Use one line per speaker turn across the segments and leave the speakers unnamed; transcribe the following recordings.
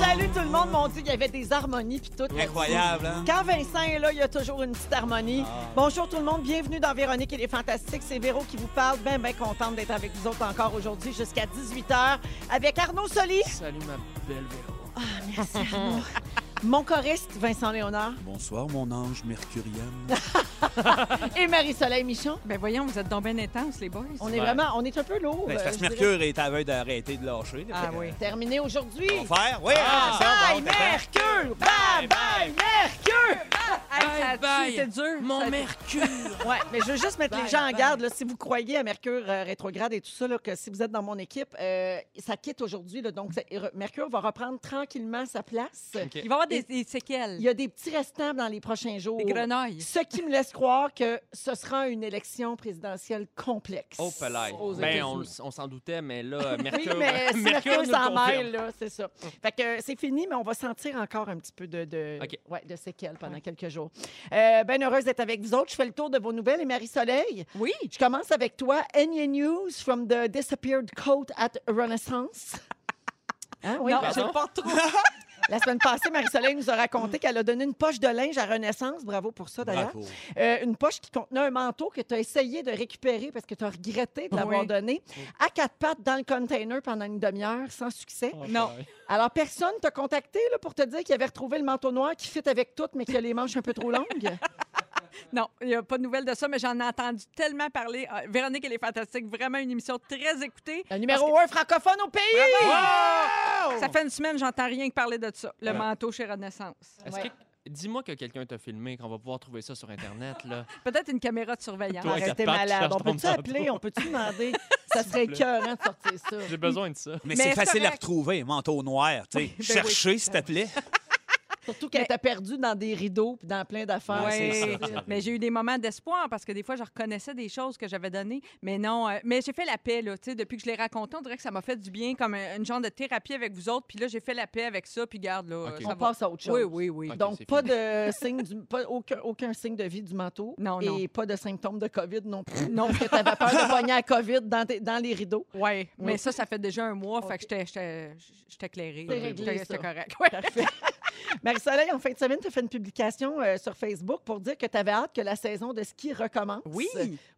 Salut tout le monde, mon Dieu, il y avait des harmonies puis tout.
Incroyable, hein? Ah.
Quand Vincent est là, il y a toujours une petite harmonie. Bonjour tout le monde, bienvenue dans Véronique et les Fantastiques. C'est Véro qui vous parle. Bien, bien contente d'être avec vous autres encore aujourd'hui jusqu'à 18h avec Arnaud Soli. Ah,
Salut ma belle Véro.
Merci Arnaud. Mon choriste, Vincent Léonard.
Bonsoir, mon ange mercurienne.
Et Marie-Soleil Michon.
Ben voyons, vous êtes donc bien intenses, les boys.
On est vraiment, on est un peu lourd. euh,
Ben, c'est parce que Mercure est à veille d'arrêter de lâcher. là.
Ah
Fait que,
oui.
euh,
Terminé aujourd'hui. Ah.
On va faire? Oui,
Bye,
attention, bon, t'attends.
Mercure! Bye, bye, Mercure!
Hey, ça a-tu
bye.
été dur.
Mon
Ça a-
mercure.
Ouais, mais je veux juste mettre les
Bye,
gens en
bye.
garde. là, si vous croyez à Mercure euh, rétrograde et tout ça, là, que si vous êtes dans mon équipe, euh, ça quitte aujourd'hui. là, Donc, ça- re- Mercure va reprendre tranquillement sa place.
Il va y avoir des, des séquelles,
Il y a des petits restants dans les prochains jours.
des grenouilles.
Ce qui me laisse croire que ce sera une élection présidentielle complexe.
Oh, pelaye.
Aux
Ben, on,
États-Unis.
le- on s'en doutait, mais là,
Oui,
Mercure.
mais si Mercure
nous le
s'en
confirme.
mêle, là, c'est ça. Fait que euh, c'est fini, mais on va sentir encore un petit peu de, de,
OK.
ouais, de séquelles pendant quelques jours. Euh, ben heureuse d'être avec vous autres. Je fais le tour de vos nouvelles. Et Marie-Soleil,
Oui.
je commence avec toi. Any news from the disappeared coat at Renaissance? Hein, oui,
non,
pardon.
j'ai pas trop.
La semaine passée, Marie-Soleil nous a raconté qu'elle a donné une poche de linge à Renaissance. Bravo pour ça, d'ailleurs.
Bravo.
Euh, une poche qui contenait un manteau que tu as essayé de récupérer parce que tu as regretté de l'avoir
Oui.
donné à quatre pattes dans le container pendant une demi-heure sans succès.
Non.
Alors, personne t'a contacté là, pour te dire qu'il avait retrouvé le manteau noir qui fit avec tout, mais qui a les manches un peu trop longues?
Non, il n'y a pas de nouvelles de ça, mais j'en ai entendu tellement parler. Ah, Véronique, elle est fantastique. Vraiment une émission très écoutée.
Le numéro un francophone au pays! Oh.
Ça fait une semaine, j'entends rien que parler de ça. Le manteau chez Renaissance.
Est-ce
Ouais.
que- Dis-moi que quelqu'un t'a filmé, qu'on va pouvoir trouver ça sur Internet, là.
Peut-être une caméra de surveillance.
Toi,
Arrêtez
quatre pattes,
malade.
cherche
On peut-tu
ton manteau.
appeler? On peut-tu demander? Ça serait
plaît.
écœurant de sortir ça.
J'ai besoin de ça.
Mais,
Mais
c'est
c'est
facile à
correct.
retrouver, manteau noir. tu sais.
Ben
Cherchez, s'il te plaît.
Surtout qu'elle
Mais-
t'a perdu dans des rideaux puis dans plein d'affaires.
Ouais.
c'est ça,
Ouais.
ça
Mais j'ai eu des moments d'espoir parce que des fois, je reconnaissais des choses que j'avais données. Mais non, euh, mais j'ai fait la paix, là. Tu sais, depuis que je l'ai raconté, on dirait que ça m'a fait du bien, comme un- une genre de thérapie avec vous autres. Puis là, j'ai fait la paix avec ça. Puis garde, là.
OK.
On
ça va.
passe à autre chose.
Oui, oui, oui.
OK,
Donc,
c'est
pas
fini.
de signe du, pas, aucun, aucun signe de vie du manteau.
Non,
et
non.
pas de symptômes de COVID non plus. Non, parce que tu avais peur de pogner la COVID dans, tes- dans les rideaux.
Ouais, mais
Oui.
ça, ça fait déjà un mois,
OK.
fait que j'étais- j'étais j'étais éclairée.
C'est
J'étais-
réglé,
J'étais
ça.
correct. Ouais.
Marie-Soleil, en fin de semaine, tu as fait une publication euh, sur Facebook pour dire que tu avais hâte que la saison de ski recommence.
Oui,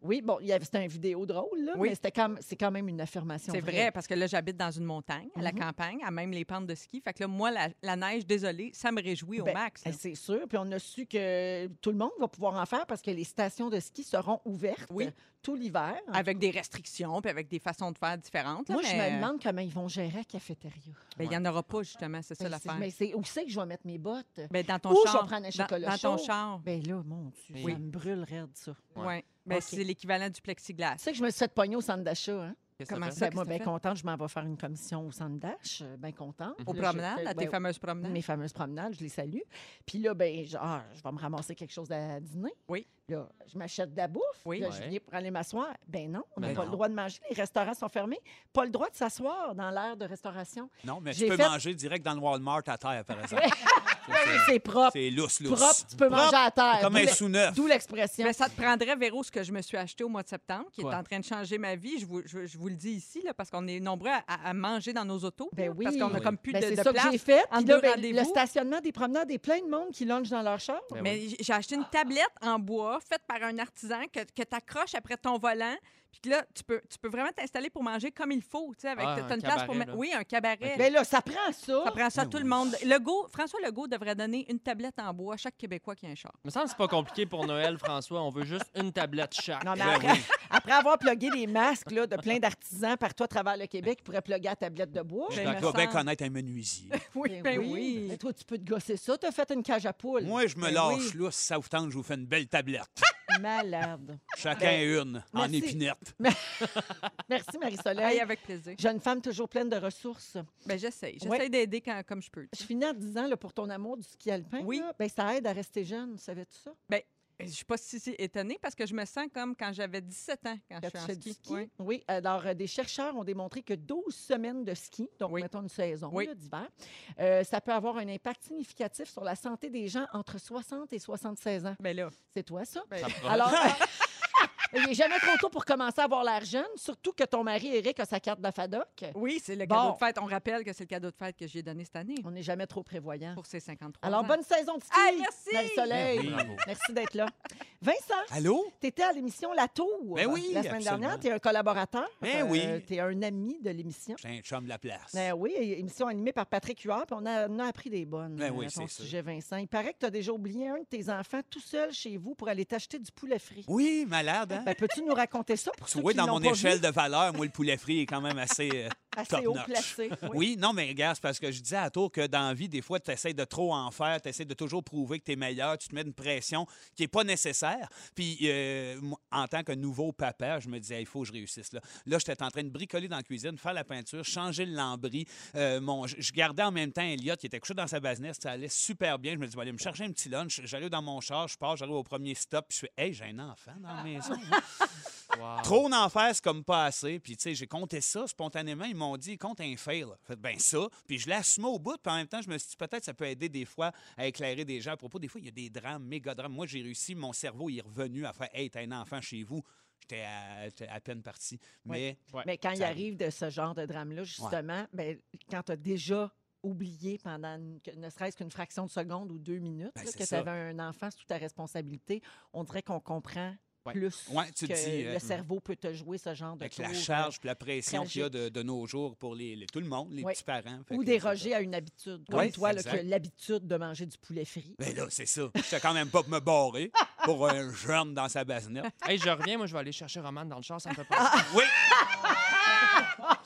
Oui, bon, il y avait- c'était une vidéo drôle, là,
Oui.
mais c'était quand, c'est quand même une affirmation.
c'est
vraie.
vrai, parce que là, j'habite dans une montagne, à
Mhm.
la campagne, à même les pentes de ski. Fait que là, moi, la, la neige, désolée, ça me réjouit au
Ben,
max. là.
eh, C'est sûr. Puis on a su que tout le monde va pouvoir en faire parce que les stations de ski seront ouvertes
Oui.
tout l'hiver.
Avec des restrictions, puis avec des façons de faire différentes. là,
Moi, je
mais-
me demande comment ils vont gérer la cafétéria.
Ben, il n'y en aura pas, justement, c'est ça
Ben, c'est-
l'affaire.
mais c'est où c'est que je vais mettre mes bottes?
Ben, dans ton
Ou je
char.
vais prendre un
Dans-
chocolat
dans, ton
chaud.
char.
Ben là, mon Dieu,
Oui.
ça me brûle raide, ça.
Ouais.
Ouais. Ben,
OK.
C'est l'équivalent du plexiglas.
Tu sais que je me suis fait pogner au centre d'achat, hein?
Qu'est-ce que
Comment
t'as
ça?
fait?
Ben, moi,
qu'est-ce que
bien
t'as
contente, je m'en vais faire une commission au centre d'achat, bien contente.
Aux
Là, j'ai
promenades,
fait-
à tes
ben,
fameuses promenades.
Mes fameuses promenades, je les salue. Puis là, ben, genre, je vais me ramasser quelque chose à dîner.
Oui.
Là, je m'achète de la bouffe.
Oui.
Là,
Ouais.
je viens pour aller m'asseoir. Ben non, on n'a
Ben
pas
non.
le droit de manger. Les restaurants sont fermés. Pas le droit de s'asseoir dans l'aire de restauration.
Non, mais tu
J'ai
peux
fait- Ben
manger direct dans le Walmart à terre, par exemple. C'est- c'est-
C'est propre.
C'est lousse, lousse.
Propre, tu peux manger à terre.
Comme
D'où
un
le-
sous-neuf.
D'où l'expression.
Mais Ben, ça te prendrait, Véro, ce que je me suis acheté au mois de septembre, qui
Quoi?
est en train de changer ma vie. Je vous, je, je vous le dis ici, là, parce qu'on est nombreux à, à manger dans nos autos.
Ben
là, Parce
oui.
qu'on a
Oui.
comme plus
Ben,
de,
c'est
de
ça que j'ai
place.
fait.
entre
Puis là,
deux
ben, le
rendez-vous.
stationnement des promenades, il y a plein de monde qui longe dans leur char.
Ben oui.
Mais j'ai acheté une tablette en bois faite par un artisan que, que tu accroches après ton volant. Puis que là, tu peux, tu peux vraiment t'installer pour manger comme il faut, tu sais, avec
Ah,
t'as
un
une place
cabaret,
pour mettre-
là.
oui, un cabaret.
Ok.
Mais Ben là, ça prend ça.
Ça prend ça à tout le monde. Legault, François Legault devrait donner une tablette en bois à chaque Québécois qui a un char.
me semble que c'est pas compliqué pour Noël, François. On veut juste une tablette chaque.
Non, mais
Ben
après, après avoir plugué les masques là, de plein d'artisans partout à travers le Québec, ils pourraient pluguer la tablette de bois.
Je
Ben, me
dois bien
semble.
connaître un menuisier.
Oui,
Ben
ben oui.
Mais toi, tu peux te gosser ça. T'as fait une cage à poules.
Moi, je me
Ben
lâche, là, si ça vous tente, je vous fais une belle tablette.
Malade.
Chacun une, en
merci.
épinette.
Merci,
Hey,
Marie-Soleil.
avec plaisir.
Jeune femme toujours pleine de ressources.
Ben, j'essaie. J'essaie
Ouais.
d'aider quand, comme je peux.
Je finis en disant, là, pour ton amour du ski alpin,
Oui.
là, ben, ça aide à rester jeune, savais-tu ça?
Je suis pas si, si étonnée parce que je me sens comme quand j'avais 17 ans quand,
Quand
je suis
tu
en
fais
ski.
du ski.
Oui.
Oui, alors euh, des chercheurs ont démontré que 12 semaines de ski, donc
Oui.
mettons une saison
Oui.
là, d'hiver, euh, ça peut avoir un impact significatif sur la santé des gens entre 60 et 76 ans.
Ben là,
C'est toi, ça?
Ça prend-
Alors, euh, il n'est jamais trop tôt pour commencer à avoir l'air jeune, surtout que ton mari, Eric, a sa carte de la FADOC.
oui, c'est le
Bon.
cadeau de fête. On rappelle que c'est le cadeau de fête que j'ai donné cette année
On n'est jamais trop prévoyant.
pour ses 53
Alors,
ans.
bonne saison de ski!
Ah, merci!
Marie-Soleil,
Ben oui, bravo.
merci d'être là. Vincent,
Allô?
tu étais à l'émission La Tour
Ben oui,
la semaine
absolument.
dernière. Tu es un collaborateur.
Ben oui.
Tu es un ami de l'émission.
J'ai un chum de la place.
Ben oui, é- émission animée par Patrick Huard, puis on, a- on a appris des bonnes.
Ben
euh,
oui,
à ton
c'est sûr.
sujet, Vincent. Il paraît que tu as déjà oublié un de tes enfants tout seul chez vous pour aller t'acheter du poulet frit.
Oui, malade, hein?
Ben, peux-tu nous raconter ça pour
Tu
ceux
vois,
qui
dans
l'ont
mon
pas vu,
échelle de valeur, moi, le poulet frit est quand même assez. euh,
assez haut
top-notch.
placé?
Oui, non, mais regarde, c'est parce que je disais à Tour que dans la vie, des fois, tu essaies de trop en faire, tu essaies de toujours prouver que tu es meilleur, tu te mets une pression qui n'est pas nécessaire. Puis, euh, moi, en tant que nouveau papa, je me disais, il faut que je réussisse. Là, là j'étais en train de bricoler dans la cuisine, faire la peinture, changer le lambris. Euh, mon, je, je gardais en même temps Elliot, qui était couché dans sa business, ça allait super bien. Je me disais, je vais aller me chercher un petit lunch. J'allais dans mon char, je pars, j'arrive au premier stop, puis je fais, hey, j'ai un enfant dans la maison.
Ah
Wow.
Trop d'en faire, c'est comme pas assez. Puis, tu sais, j'ai compté ça spontanément. Ils m'ont dit, compte un fail. Fait ben ça. Puis, je l'ai assumé au bout. Puis, en même temps, je me suis dit, peut-être ça peut aider des fois à éclairer des gens. À propos, des fois, il y a des drames, méga drames. Moi, j'ai réussi. Mon cerveau il est revenu à faire, hey, t'as un enfant chez vous. J'étais à, j'étais à peine parti. Mais,
Ouais,
Mais quand il
ça
arrive de ce genre de drame-là, justement, ben, quand tu as déjà oublié pendant une- que- ne serait-ce qu'une fraction de seconde ou deux minutes
Ben,
là,
c'est
que tu
ça.
avais un enfant sous ta responsabilité, on dirait qu'on comprend
Ouais.
plus
Ouais, tu
que
dis, euh,
le cerveau peut te jouer ce genre de
avec la
tour, euh,
charge, puis la pression qu'il y a de,
tragique.
de nos jours pour les, les- tout le monde, les
Ouais.
petits parents. Fait
Ou
que c'est ça.
déroger à une habitude. Comme
Ouais,
toi, là,
exact.
qui a l'habitude de manger du poulet frit.
Ben là, c'est ça. J'étais quand même pas pour me barrer pour un jeune dans sa basinette.
Hey, je reviens, moi, je vais aller chercher Romane dans le char, ça me fait
Ah!
pas.
Oui!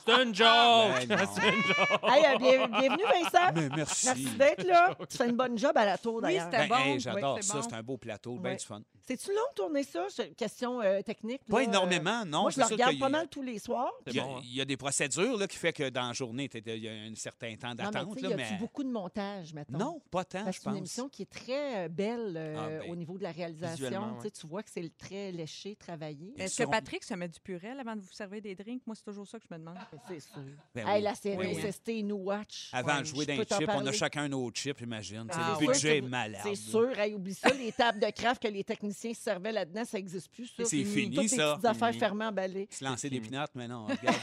C'est une
Ben
Oh,
joke!
non.
Hey, euh, bien- bienvenue, Vincent.
Mais merci.
Merci d'être là. Tu fais une bonne job à la tour,
Oui,
d'ailleurs.
c'était
Ben,
bon.
hey,
Oui,
J'adore
c'est
ça,
bon.
c'est un beau plateau, bien
Ouais.
du fun.
C'est-tu long de tourner ça? C'est une Question euh, technique.
Pas
là, euh,
énormément, non.
Moi,
c'est
je le
sûr
regarde
qu'il y
pas
a-
mal tous les soirs.
C'est
Il y, a,
bon, hein?
il y a des procédures là, qui fait que dans la journée, t'étais- il y a un certain temps
Non, mais tu
d'attente.
sais,
là,
y a-tu
mais-
beaucoup de montage, maintenant?
Non, pas tant, je
C'est une
pense.
émission qui est très euh, belle euh,
Ah, ben,
au niveau de la réalisation.
visuellement,
Tu sais,
ouais.
Tu vois que c'est très léché, travaillé.
Et
Est-ce
sur-
que Patrick se met du purel avant de vous servir des drinks? Moi, c'est toujours ça que je me demande.
C'est sûr.
Ben
Hey,
oui.
la série
Oui, oui.
SST New Watch.
Avant
Ouais,
de jouer
je
d'un
peux t'en
chip, on
parler.
a chacun nos chips, j'imagine.
Ah,
C'est
ouais.
le budget est
C'est-
malade.
C'est sûr. Hey, oublie ça, les tables de craft que les techniciens se servaient là-dedans, ça n'existe plus, ça.
C'est fini,
Toutes les
ça.
petites affaires
Fini.
fermées emballées.
Se lancer des
fini.
pinottes, mais non, regarde.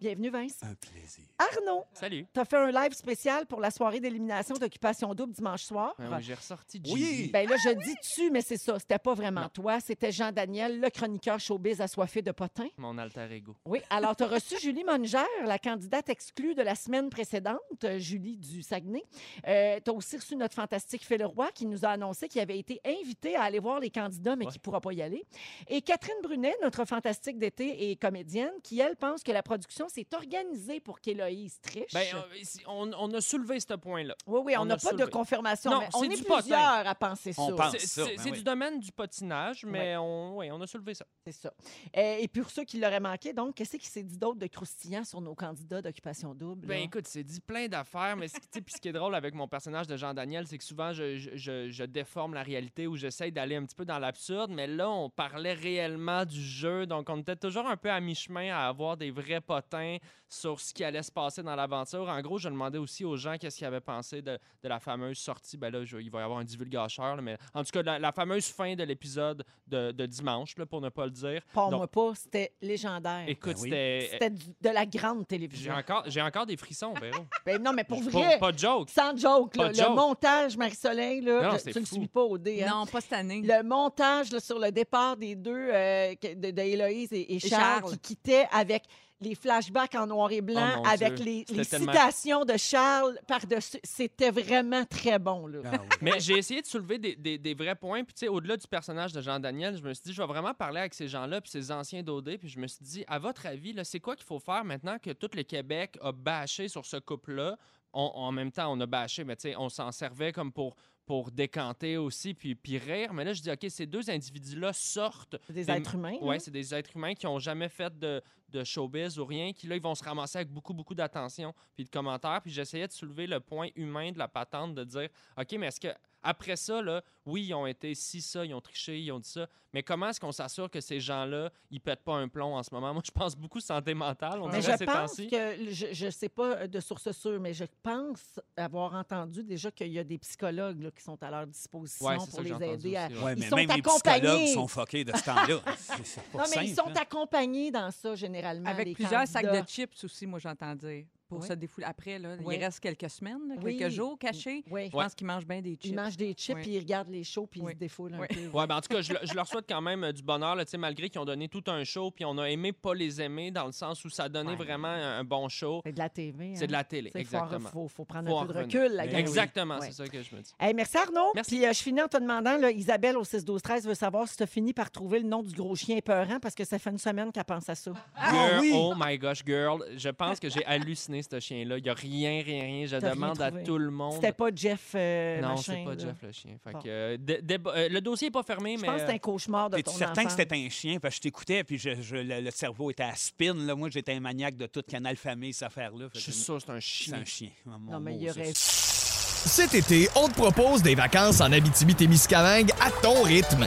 Bienvenue, Vince.
un plaisir.
Arnaud,
Salut!
tu as fait un live spécial pour la soirée d'élimination d'Occupation Double dimanche soir.
Ben oui, J'ai ressorti Gigi.
Oui!
Ben là, je dis tu, mais c'est ça. C'était pas vraiment
Non.
toi. C'était Jean-Daniel, le chroniqueur showbiz assoiffé de potin.
Mon alter ego.
Oui, alors tu as reçu Julie Monger, la candidate exclue de la semaine précédente, euh, Julie du Saguenay. tu as aussi reçu notre fantastique Phil Roy qui nous a annoncé qu'il avait été invité à aller voir les candidats, mais
Ouais.
qui ne pourra pas y aller. Et Catherine Brunet, notre fantastique d'été et comédienne, qui, elle, pense que la production s'est organisée pour qu'Éloïse triche.
Ben, euh, ici, on, on a soulevé ce point-là.
oui, oui, on
on
n'a
a
pas de
soulevé.
confirmation,
Non,
mais on
c'est
est
du potin.
plusieurs à penser ça.
On pense. Ah,
C'est
ça,
c'est-
ben
c'est
oui.
du domaine du potinage, mais on, oui, on a soulevé ça.
C'est ça. Euh, et pour ceux qui l'auraient manqué, donc, qu'est-ce qui s'est dit d'autre de croustillant sur nos candidats d'occupation double?
Ben
là?
écoute, c'est dit plein d'affaires, mais ce- tu sais, puis ce qui est drôle avec mon personnage de Jean Daniel, c'est que souvent je, je- je- je déforme la réalité ou j'essaye d'aller un petit peu dans l'absurde, mais là on parlait réellement du jeu, donc on était toujours un peu à mi-chemin à avoir des les vrais potins sur ce qui allait se passer dans l'aventure. En gros, je demandais aussi aux gens qu'est-ce qu'ils avaient pensé de, de la fameuse sortie. Ben là, je- il va y avoir un divulgacheur, là, mais en tout cas, la, la fameuse fin de l'épisode de, de dimanche, là, pour ne pas le dire.
Pour moi
Donc,
pas, c'était légendaire.
écoute,
Eh, Ben
c'était.
oui.
C'était du- de la grande
J'ai
télévision.
encore, j'ai encore des frissons, Véro.
Ben non, mais pour
Pas-
vrai,
pas de joke.
sans joke, là,
pas de
le
joke.
montage Marie-Soleil, là,
Non,
je-
c'est
tu le
fou.
suis pas au dé. hein.
Non, pas cette année.
Le montage là, sur le départ des deux, euh, que- de, de Héloïse et, et Charles,
Charles.
qui quittaient avec les flashbacks en noir et blanc,
Oh, mon
avec
Dieu.
les,
C'était
les
tellement-
citations de Charles par-dessus. C'était vraiment très bon. Là.
Ben, Mais j'ai essayé de soulever des, des- des vrais points. Puis, tu sais, au-delà du personnage de Jean-Daniel, je me suis dit, je vais vraiment parler avec ces gens-là, puis ces anciens d'OD. Puis, je me suis dit, à votre avis, là, c'est quoi qu'il faut faire maintenant que tout le Québec a bâché sur ce couple-là? On- en même temps, on a bâché, mais tu sais, on s'en servait comme pour, pour décanter aussi, puis, puis rire. Mais là, je dis, OK, ces deux individus-là sortent
Des
Des-
êtres humains.
Ouais,
là.
c'est des êtres humains qui ont jamais fait de, de showbiz ou rien, qui là, ils vont se ramasser avec beaucoup, beaucoup d'attention puis de commentaires. Puis j'essayais de soulever le point humain de la patente, de dire, OK, mais est-ce que après ça, là, oui, ils ont été si ça, ils ont triché, ils ont dit ça, mais comment est-ce qu'on s'assure que ces gens-là, ils pètent pas un plomb en ce moment? Moi, je pense beaucoup santé mentale, on
Mais
dirait
je
ces
pense
temps-ci.
que, je- je ne sais pas euh, de source sûre, mais je pense avoir entendu déjà qu'il y a des psychologues là, qui sont à leur disposition
Ouais, c'est ça
pour
que j'ai
les
entendu
aider à...
aussi, ouais.
Ouais,
Ils
mais
sont
même les psychologues
accompagnés.
sont fuckés de ce temps-là. C'est- c'est pas
Non, mais ils
simple,
sont
là.
accompagnés dans ça, généralement. les
hein. Avec plusieurs
candidats.
sacs de chips aussi, moi, j'entends dire. Pour
Oui.
se défouler. Après, là,
Oui.
il reste quelques semaines, là,
Oui.
quelques jours cachés.
Oui.
Je pense qu'ils mangent bien des chips.
Ils mangent des chips,
Oui.
puis ils regardent les shows, puis
Oui.
ils se défoulent un
Oui.
peu.
Ouais, ben en tout cas, je, le- je leur souhaite quand même euh, du bonheur, là, tu sais, malgré qu'ils ont donné tout un show, puis on a aimé pas les aimer, dans le sens où ça donnait
Ouais.
vraiment un, un bon show.
C'est hein. de la TV.
C'est de la télé,
Il
exactement.
faut, faut prendre
Faut
un
en
peu de
revenir.
recul. La gang.
Exactement,
Ouais.
c'est ça que je me dis.
Hey, merci Arnaud.
Merci.
Puis euh, je finis en te demandant, là, Isabelle au 6-12-13 veut savoir si tu as fini par trouver le nom du gros chien peurant parce que ça fait une semaine qu'elle pense à ça.
Girl,
oui!
Oh my gosh, girl, je pense que j'ai halluciné ce chien-là. Il n'y a rien, rien, rien. Je
T'as rien
demande à
trouvé.
tout le monde.
C'était pas Jeff euh,
non,
machin,
c'est pas
là.
Jeff le chien. Fait
Bon.
que, euh, dé- déba- euh, le dossier n'est pas fermé,
Je
mais.
pense que c'est
euh,
un cauchemar de ton
T'es-tu certain que
enfant.
c'était un chien? Parce que je t'écoutais, puis je- je- le, le cerveau était à spin. Là. Moi, j'étais un maniaque de toute Canal Famille, cette affaire-là. Fait
je
que
suis sûr que c'est un
C'est
chien.
un chien. Ah, Mon
Non, mais il y
Moses.
aurait...
Cet été, on te propose des vacances en Abitibi-Témiscamingue à ton rythme.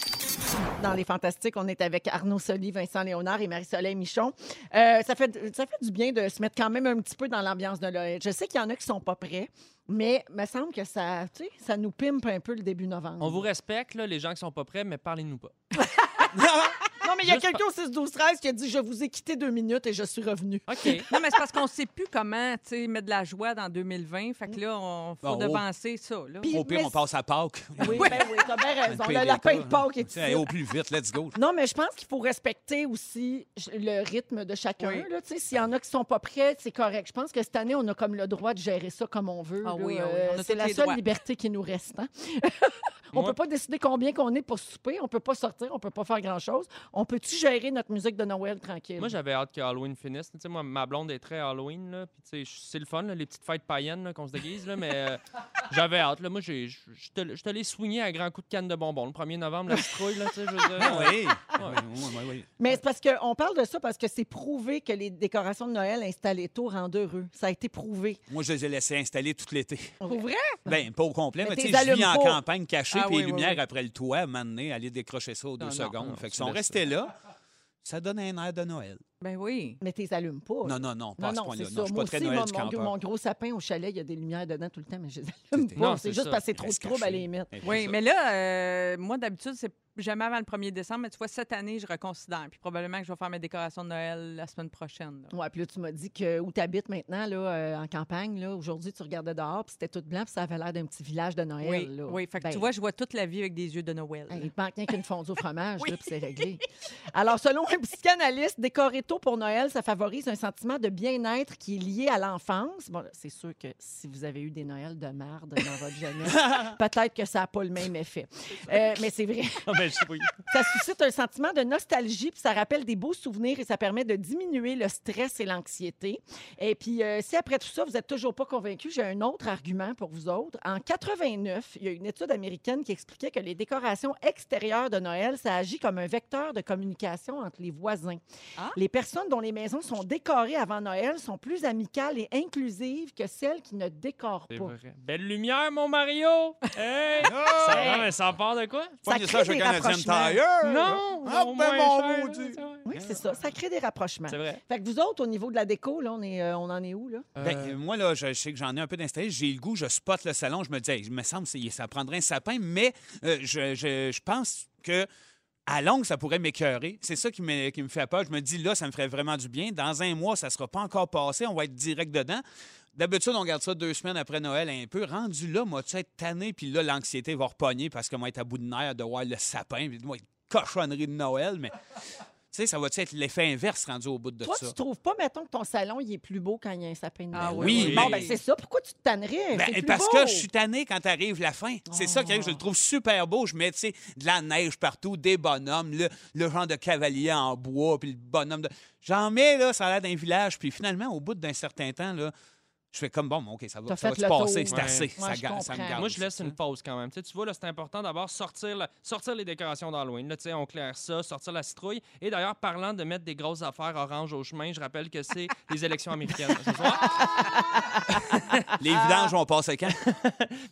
Dans les Fantastiques, on est avec Arnaud Soli, Vincent Léonard et Marie-Soleil Michon. Euh, ça, fait, ça fait du bien de se mettre quand même un petit peu dans l'ambiance de Noël. Je sais qu'il y en a qui sont pas prêts, mais me semble que ça, tu sais, ça nous pimpe un peu le début novembre.
On vous respecte, là, les gens qui sont pas prêts, mais parlez-nous pas.
Non, mais il y a
Juste
quelqu'un au 6-12-13 qui a dit « Je vous ai quitté deux minutes et je suis revenu
OK.
Non, mais c'est parce qu'on ne sait plus comment tu sais, mettre de la joie dans 2020. Fait que là, on faut
Bon, oh.
devancer ça. Là. ».
Au pire,
mais-
on passe à Pâques.
Oui, ben oui, t'as bien raison.
Une
Le
paye
lapin de
d'État,
Pâques
là.
est
Tiens,
ici.
Au plus vite, let's go.
Non, mais je pense qu'il faut respecter aussi le rythme de chacun.
Oui.
là, tu sais, S'il y en a qui sont pas prêts, c'est correct. Je pense que cette année, on a comme le droit de gérer ça comme on veut.
Ah
là.
oui, ah oui,
Euh,
on a
c'est
tous
la
les
seule
droits.
liberté qui nous reste. hein. on
Moi-
peut pas décider combien qu'on est pour souper. On peut pas sortir. On peut pas faire grand-chose. On peut-tu gérer notre musique de Noël tranquille?
Moi, j'avais hâte que Halloween finisse. Tu sais, moi, ma blonde est très Halloween. Là, puis, tu sais, je- c'est le fun, là, les petites fêtes païennes là, qu'on se déguise. Là, mais euh, j'avais hâte. Là, moi, j'ai- je je te- je te l'ai soigné à grands coups de canne de bonbons. Le 1er novembre, la citrouille, là, tu sais, je veux dire,
Ah
euh,
oui. Oui, oui, oui.
Mais c'est parce qu'on parle de ça parce que c'est prouvé que les décorations de Noël installées tôt rendent heureux. Ça a été prouvé.
Moi, je les ai laissés installer tout l'été.
Pour vrai?
Ben, pas au complet,
Mais
mais
t'es
tu sais, je vis
allumes
en
pas.
campagne cachée,
Ah
puis
oui,
les
oui,
lumières
oui.
après le toit, m'amener, aller décrocher ça aux deux
Non, non,
secondes.
non,
fait
tu
qu'ils sont
laisses
restés là. Ça donne un air de Noël.
Ben oui.
Mais t'es allumes pas.
Non, non, non,
Non,
pas à ce
non,
point-là.
c'est ça.
Non, je suis
Moi
pas très
aussi,
Noël
moi,
du
mon, gros-
campeur.
mon gros sapin au chalet, il y a des lumières dedans tout le temps, mais je les allume
C'était-
pas.
Non,
c'est
c'est
juste
ça.
parce que c'est trop de
Reste
trouble à
caché.
la limite.
Ben, c'est
Oui,
ça.
mais là, euh, moi, d'habitude, c'est jamais avant le 1er décembre. Mais tu vois, cette année, je reconsidère. Puis probablement que je vais faire mes décorations de Noël la semaine prochaine. là.
Ouais, puis là, tu m'as dit que où tu habites maintenant, là, euh, en campagne, là, aujourd'hui, tu regardais dehors, puis c'était tout blanc, puis ça avait l'air d'un petit village de Noël.
Oui,
là.
oui. Fait que
Ben,
tu vois, je vois toute la vie avec des yeux de Noël.
Hey, Il manque rien qu'une fondue au fromage, là, puis c'est réglé. Alors, selon un psychanalyste, décorer gâteaux pour Noël, ça favorise un sentiment de bien-être qui est lié à l'enfance. Bon, c'est sûr que si vous avez eu des Noëls de merde dans votre jeunesse, peut-être que ça n'a pas le même effet. Euh, mais c'est vrai.
Ah, ben, je sais pas.
Ça suscite un sentiment de nostalgie, puis ça rappelle des beaux souvenirs et ça permet de diminuer le stress et l'anxiété. Et puis, euh, si après tout ça, vous n'êtes toujours pas convaincu, j'ai un autre argument pour vous autres. En 89, il y a une étude américaine qui expliquait que les décorations extérieures de Noël, ça agit comme un vecteur de communication entre les voisins.
Ah.
Les personnes dont les maisons sont décorées avant Noël sont plus amicales et inclusives que celles qui ne décorent
C'est
pas.
vrai. Belle lumière, mon Mario! Hey! ça, va, mais ça en part de quoi?
Pognez
crée
chez
des
Canadian
rapprochements.
Tire.
Non!
Ah,
non,
ben,
moins cher,
mon
là,
maudit.
c'est vrai.
Oui, c'est ça. Ça crée des rapprochements.
C'est vrai.
Fait que vous autres, au niveau de la déco, là, on, est, euh, on en est où, là?
Ben,
Euh,
euh, moi, là, je, je sais que j'en ai un peu d'installé. J'ai le goût, je spotte le salon. Je me dis, Hey, il me semble que c'est- ça prendrait un sapin, mais euh, je, je- je pense que à longue, ça pourrait m'écœurer. C'est ça qui me, qui me fait peur. Je me dis, là, ça me ferait vraiment du bien. Dans un mois, ça sera pas encore passé. On va être direct dedans. D'habitude, on garde ça deux semaines après Noël un peu. Rendu là, moi, tu être tanné, puis là, l'anxiété va repogner parce que moi, être à bout de nerfs de voir le sapin, puis moi, cochonnerie de Noël, mais. Tu sais, ça va être l'effet inverse rendu au bout de
Toi,
ça?
tu trouves pas, mettons, que ton salon, il est plus beau quand il y a un sapin de Noël?
Ah
oui, oui.
Bon, ben c'est ça. Pourquoi tu te tannerais?
Ben,
Eh, C'est plus
parce
beau.
que je suis tanné quand arrive la fin. C'est ça qui arrive. Je le trouve super beau. Je mets, tu sais, de la neige partout, des bonhommes, le, le genre de cavalier en bois, puis le bonhomme de... J'en mets, là, ça a l'air d'un village. Puis finalement, au bout d'un certain temps, là, je fais comme, bon, bon, OK, ça
T'as
va, ça
fait
va
le
se passer.
tour.
C'est
Ouais.
assez.
Moi,
ça,
je
ga- ça me
comprends.
garde.
Moi, je laisse
ça.
une pause quand même. Tu, sais, tu vois, là, c'est important d'abord sortir, la- sortir les décorations d'Halloween. Là, tu sais, on claire ça, sortir la citrouille. Et d'ailleurs, parlant de mettre des grosses affaires oranges au chemin, je rappelle que c'est les élections américaines ce soir.
Les
Ah.
vidanges vont passer quand?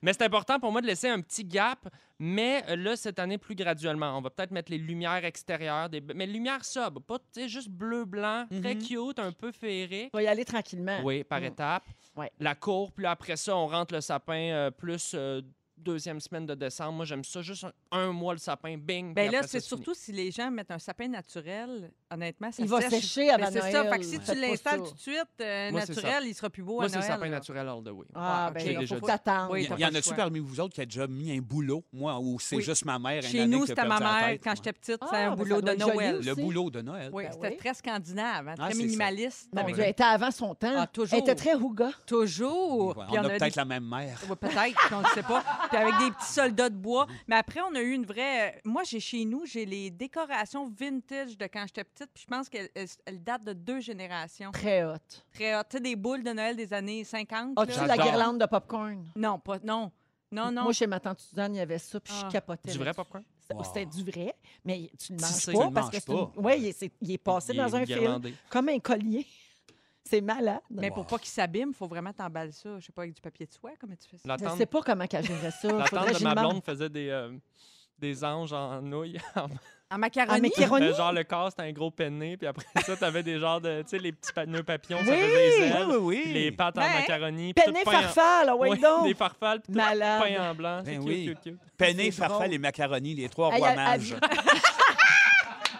Mais c'est important pour moi de laisser un petit gap, mais euh, là, cette année, plus graduellement. On va peut-être mettre les lumières extérieures, des... mais lumières sobres, pas tu sais, juste bleu-blanc, très
Mhm.
cute, un peu féerique.
On va y aller tranquillement.
Oui, par
Mm.
étapes.
Ouais.
La cour, puis là, après ça, on rentre le sapin euh, plus euh, deuxième semaine de décembre. Moi, j'aime ça, juste un, un mois le sapin, bing.
Ben
puis
là,
après ça,
c'est surtout si les gens mettent un sapin naturel, honnêtement, ça
Il va
sèche.
sécher avant
Mais c'est
Noël.
ça, fait que si
Faites
tu
pas
l'installes
ça.
tout de suite, euh,
Moi, c'est ça.
naturel, il sera plus beau
Moi,
à
c'est
Noël.
le sapin
là.
naturel all the way.
Ah,
Ouais,
ben,
ok,
il
déjà
faut
dit.
t'attendre.
Oui,
Il
t'as
y
pas
en
le
a-tu
choix.
parmi vous autres qui a déjà mis un boulot, moi, ou c'est
Oui.
juste ma mère? une
Chez
année
nous,
qui a
c'était ma
perdu la
mère.
tête?
Quand
Ouais.
j'étais petite,
Ah,
c'était
ben,
un
ça doit
boulot de
être joli
Noël.
Le
aussi.
boulot de Noël.
Oui,
Ben
c'était
oui.
très scandinave, hein,
Ah,
très
c'est ça.
minimaliste.
Mon
avec-
Dieu, elle était avant son temps.
Ah, toujours.
Elle était très rouga.
Toujours.
Ouais,
Puis
on a,
des-
peut-être la même mère.
Ouais, peut-être, on ne sait pas. Puis avec des petits soldats de bois.
Mm.
Mais après, on a eu une vraie. euh, Moi, j'ai chez nous, j'ai les décorations vintage de quand j'étais petite. Puis je pense qu'elles elles- elles datent de deux générations.
Très haute.
Très haute. Tu sais, des boules de Noël des années 50.
Ah,
là.
As-tu Ah, la
J'adore.
guirlande de popcorn?
Non, pas. Non. Non, non.
Moi, chez ma tante Suzanne, il y avait ça, puis
Ah.
je capotais.
Du vrai
là-dessus.
popcorn?
Wow.
C'était du vrai, mais tu ne
Tu
manges
sais,
pas
tu le
parce
manges
que c'est
pas.
une- ouais, il, est- c'est- il est passé
Il est
dans un film
guirlandé.
comme un collier. C'est malade.
Mais
Wow.
pour pas qu'ils s'abîment, il faut vraiment t'emballer ça. Je sais pas, avec du papier de soie, comment tu fais ça?
La
Je ne
tante,
sais pas comment qu'elle gérait ça.
la
Faudrait
tante
que
de
j'y
ma
demande.
blonde faisait des, euh, des anges en nouilles.
En
Ah, mais
macaroni?
Kéroni?
Euh, genre, le corps, c'était un gros penné. Puis après ça, t'avais des genres de. Tu sais, les petits panneaux papillons, ça
Oui!
faisait des ailes.
Oui, oui, oui.
Les pâtes en
Ben,
macaroni. puis tout
Penné
peint en-
farfale, ouais,
Ouais,
donc.
Des farfales, puis tout
Malade.
peint en blanc. C'est
Ben
cute,
oui.
cute, cute.
Penne,
C'est
farfalle
drôle.
et macaroni, les trois
Hey,
rois
à- à-
mages.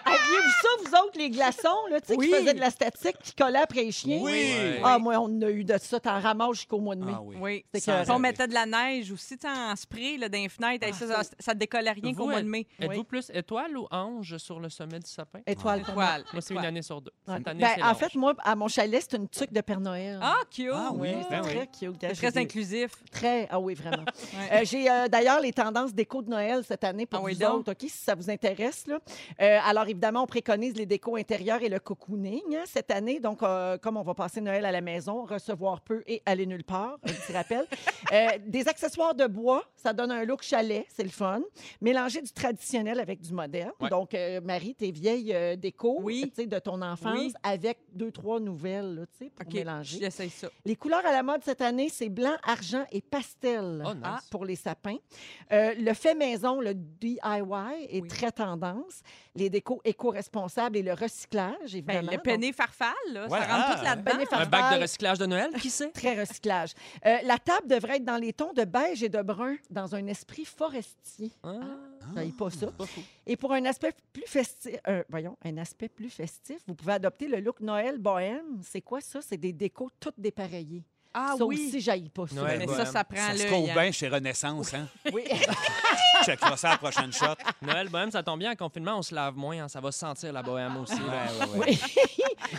Aviez-vous ça, vous autres, les glaçons, là, tu sais,
Oui.
qui faisaient de la statique, qui collaient après les chiens?
Ouais.
Ah, moi, on en a eu de ça. T'en ramasses jusqu'au mois de mai.
Ah oui. Ah,
Oui.
C'est
Sans
que-
Si on
arrêt.
mettait de la neige aussi, tu sais, en spray là, dans les fenêtres, hey, ça, ça, ça te décollait rien qu'au
Vous,
mois de mai.
Êtes-vous plus étoile ou ange sur le sommet du sapin?
Étoile pour moi.
Étoile.
Moi, c'est une
étoile.
année sur deux. Cette
Ouais.
année,
Ben,
c'est
en
l'ange.
fait, moi, à mon chalet, c'est une tuque de Père Noël.
Ah, cute!
Ah oui,
c'est
ben oui.
très cute.
C'est
J'ai
très
des-
inclusif.
Très, ah oui, vraiment. Euh,
Ouais.
J'ai euh, d'ailleurs les tendances déco de Noël cette année pour
Ah oui,
vous
donc.
autres, OK, si ça vous intéresse. Là. Euh, alors, évidemment, on préconise les décos intérieurs et le cocooning hein, cette année. Donc, euh, comme on va passer Noël à la maison, recevoir peu et aller nulle part, un petit rappel. Euh, des accessoires de bois, ça donne un look chalet, c'est le fun. Mélanger du traditionnel avec du moderne.
Ouais.
Donc, euh, Marie, tes vieilles euh, décos
Oui.
tu sais, de ton enfance
Oui.
avec deux, trois nouvelles là, tu sais, pour
OK,
mélanger.
j'essaye ça.
Les couleurs à la mode cette année, c'est blanc, argent et pastel
Oh, nice.
Ah, pour les sapins. Euh, le fait maison, le DIY, est
Oui.
très tendance. Les décos éco-responsables et le recyclage,
Ben,
évidemment.
le
Donc,
penné farfalle, là,
Ouais,
ça rentre
ah,
tout
le
là-dedans.
penne et
Un bac
farfalle,
de recyclage de Noël, qui sait?
Très recyclage. Euh, la table devrait être dans les tons de beige et de brun, dans un esprit forestier. Ça y est pas ça.
Ah, Pas fou.
Et pour un aspect plus festif, euh, voyons, un aspect plus festif, vous pouvez adopter le look Noël bohème. C'est quoi ça? C'est des décos toutes dépareillées.
Ah
ça
oui,
aussi, j'aille pas ça.
Noël
mais
bohème.
ça, ça prend
Ça se
l'œil.
trouve
hein.
bien chez Renaissance, hein?
Oui.
je checkerai ça à la prochaine shot.
Noël Bohème, ça tombe bien, en confinement, on se lave moins, hein, ça va sentir la Bohème aussi.
Ouais,
là.
ouais, ouais.
Oui.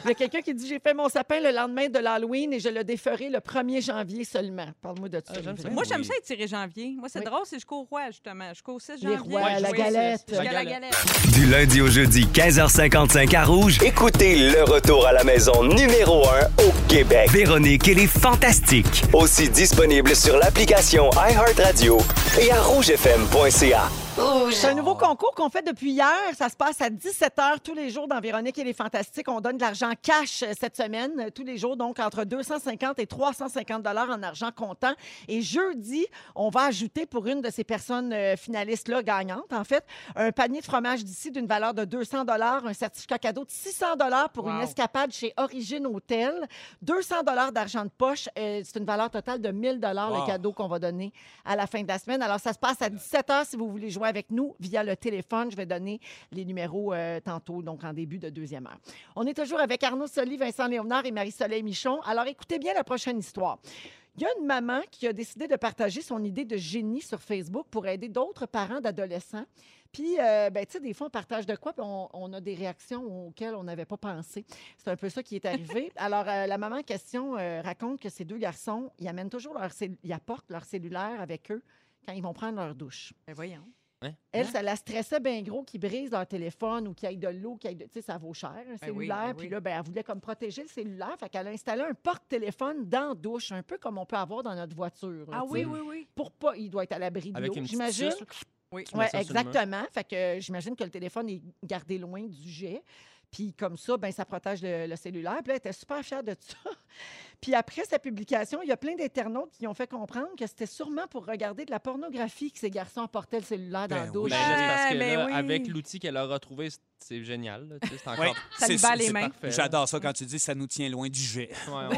Il y a quelqu'un qui dit J'ai fait mon sapin le lendemain de l'Halloween et je le déferai le 1er janvier seulement. Parle-moi de ça.
Ah, j'aime ça.
Moi, j'aime
Oui.
ça être tiré janvier. Moi, c'est
Oui.
drôle, c'est jusqu'au roi, justement. Jusqu'au 6
Les
janvier.
rois,
je
la
joue.
galette.
Jusqu'à
La
la
galette.
galette.
Du lundi au jeudi, 15h55 à Rouge,
Écoutez le retour à la maison numéro 1 au Québec.
Véronique et les Fantastiques.
Aussi disponible sur l'application iHeartRadio et à rougefm.ca.
C'est un nouveau concours qu'on fait depuis hier. Ça se passe à 17 h tous les jours dans Véronique et les Fantastiques. On donne de l'argent cash euh, cette semaine, euh, tous les jours, donc entre 250 et 350 dollars en argent comptant. Et jeudi, on va ajouter pour une de ces personnes euh, finalistes-là, gagnantes, en fait, un panier de fromage d'ici d'une valeur de 200 dollars, un certificat cadeau de 600 dollars pour une
Wow.
escapade chez Origine Hôtel, 200 dollars d'argent de poche. euh, C'est une valeur totale de 1000 dollars
Wow.
le cadeau qu'on va donner à la fin de la semaine. Alors, ça se passe à 17h si vous voulez jouer avec nous via le téléphone. Je vais donner les numéros euh, tantôt, donc en début de deuxième heure. On est toujours avec Arnaud Soli, Vincent Léonard et Marie-Soleil Michon. Alors, écoutez bien la prochaine histoire. Il y a une maman qui a décidé de partager son idée de génie sur Facebook pour aider d'autres parents d'adolescents. Puis, euh, ben, tu sais, des fois, on partage de quoi, puis on, on a des réactions auxquelles on n'avait pas pensé. C'est un peu ça qui est arrivé. Alors, euh, la maman en question euh, raconte que ces deux garçons, ils amènent toujours leur cell- ils apportent leur cellulaire avec eux quand ils vont prendre leur douche.
Ben voyons.
Hein?
Elle,
Hein?
ça la stressait bien gros qu'ils brisent leur téléphone ou qu'il y ait de l'eau, qu'il y ait de... Tu sais, ça vaut cher, un
ben
cellulaire.
oui.
Puis là, ben, elle voulait comme protéger le cellulaire. Fait qu'elle a installé un porte-téléphone dans la douche, un peu comme on peut avoir dans notre voiture. là,
Ah
tu
oui,
sais.
oui, oui.
Pour pas... Il doit être à l'abri de
Avec
l'eau,
une petite
j'imagine.
suce, là.
Oui.
Tu mets
Oui,
ça sur le mur.
exactement. Fait que euh, j'imagine que le téléphone est gardé loin du jet. Puis comme ça, ben, ça protège le, le cellulaire. Puis là, elle était super fière de ça. Puis après sa publication, il y a plein d'internautes qui ont fait comprendre que c'était sûrement pour regarder de la pornographie que ces garçons apportaient le cellulaire dans
Ben
la
oui.
douche.
Ben là, c'est parce que
Ouais, ben
là,
oui.
avec l'outil qu'elle a retrouvé, c'est- c'est génial. là, tu sais, C'est encore
Oui,
Ça lui
c'est-
bat Bah, les
c'est
mains.
parfait. J'adore ça quand tu dis ça nous tient loin du jet.
Ouais, ouais.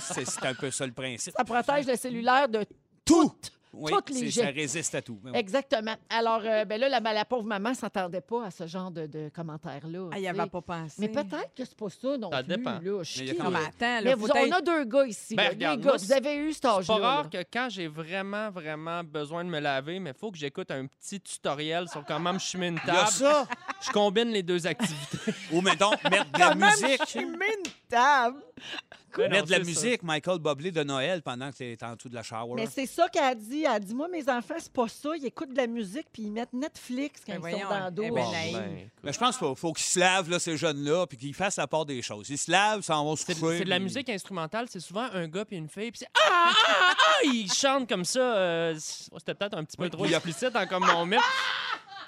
C'est c'est un peu ça le principe.
Ça protège le cellulaire de
Tout! Ah.
toutes.
Oui,
Toutes les
c'est-
jets.
ça résiste à tout. Mais oui.
Exactement. Alors, euh, ben là, la, la pauvre maman ne s'attendait pas à ce genre de, de commentaires-là.
Ah,
tu
il n'y
sais.
avait pas pensé.
Mais peut-être que c'est pas ça non
Ça
plus.
dépend.
là. Je
Mais il y a
suis-
Non, mais attends,
Mais
là,
vous,
faut
on
être-
a deux gars ici.
Ben,
là.
regarde,
les gars,
moi,
vous avez eu cet
C'est
âge-là.
pas rare
là.
que quand j'ai vraiment, vraiment besoin de me laver, mais faut que j'écoute un petit tutoriel sur comment me chimer une
Il y a
table.
ça!
Je combine les deux activités.
Ou mettons, mettre de la musique.
Ben non,
Mettre de
c'est
la
ça.
musique, Michael Boblé de Noël pendant que tu es en dessous de la shower.
Mais c'est ça qu'elle a dit. Elle a dit Moi, mes enfants, c'est pas ça. Ils écoutent de la musique puis ils mettent Netflix quand
Ben
ils
voyons,
sont dans la
elle
douche.
est
Bon,
ben naïve.
ben, écoute.
Mais je pense qu'il faut, faut qu'ils se lavent, là, ces jeunes-là, puis qu'ils fassent la part des choses. Ils se lavent, s'en vont se
C'est
coucher,
c'est de la
puis-
musique instrumentale, c'est souvent un gars puis une fille, puis c'est ah ah ah, ils chantent comme ça. euh, c'est- C'était peut-être un petit peu trop
il y a-
explicite en comme mon mythe.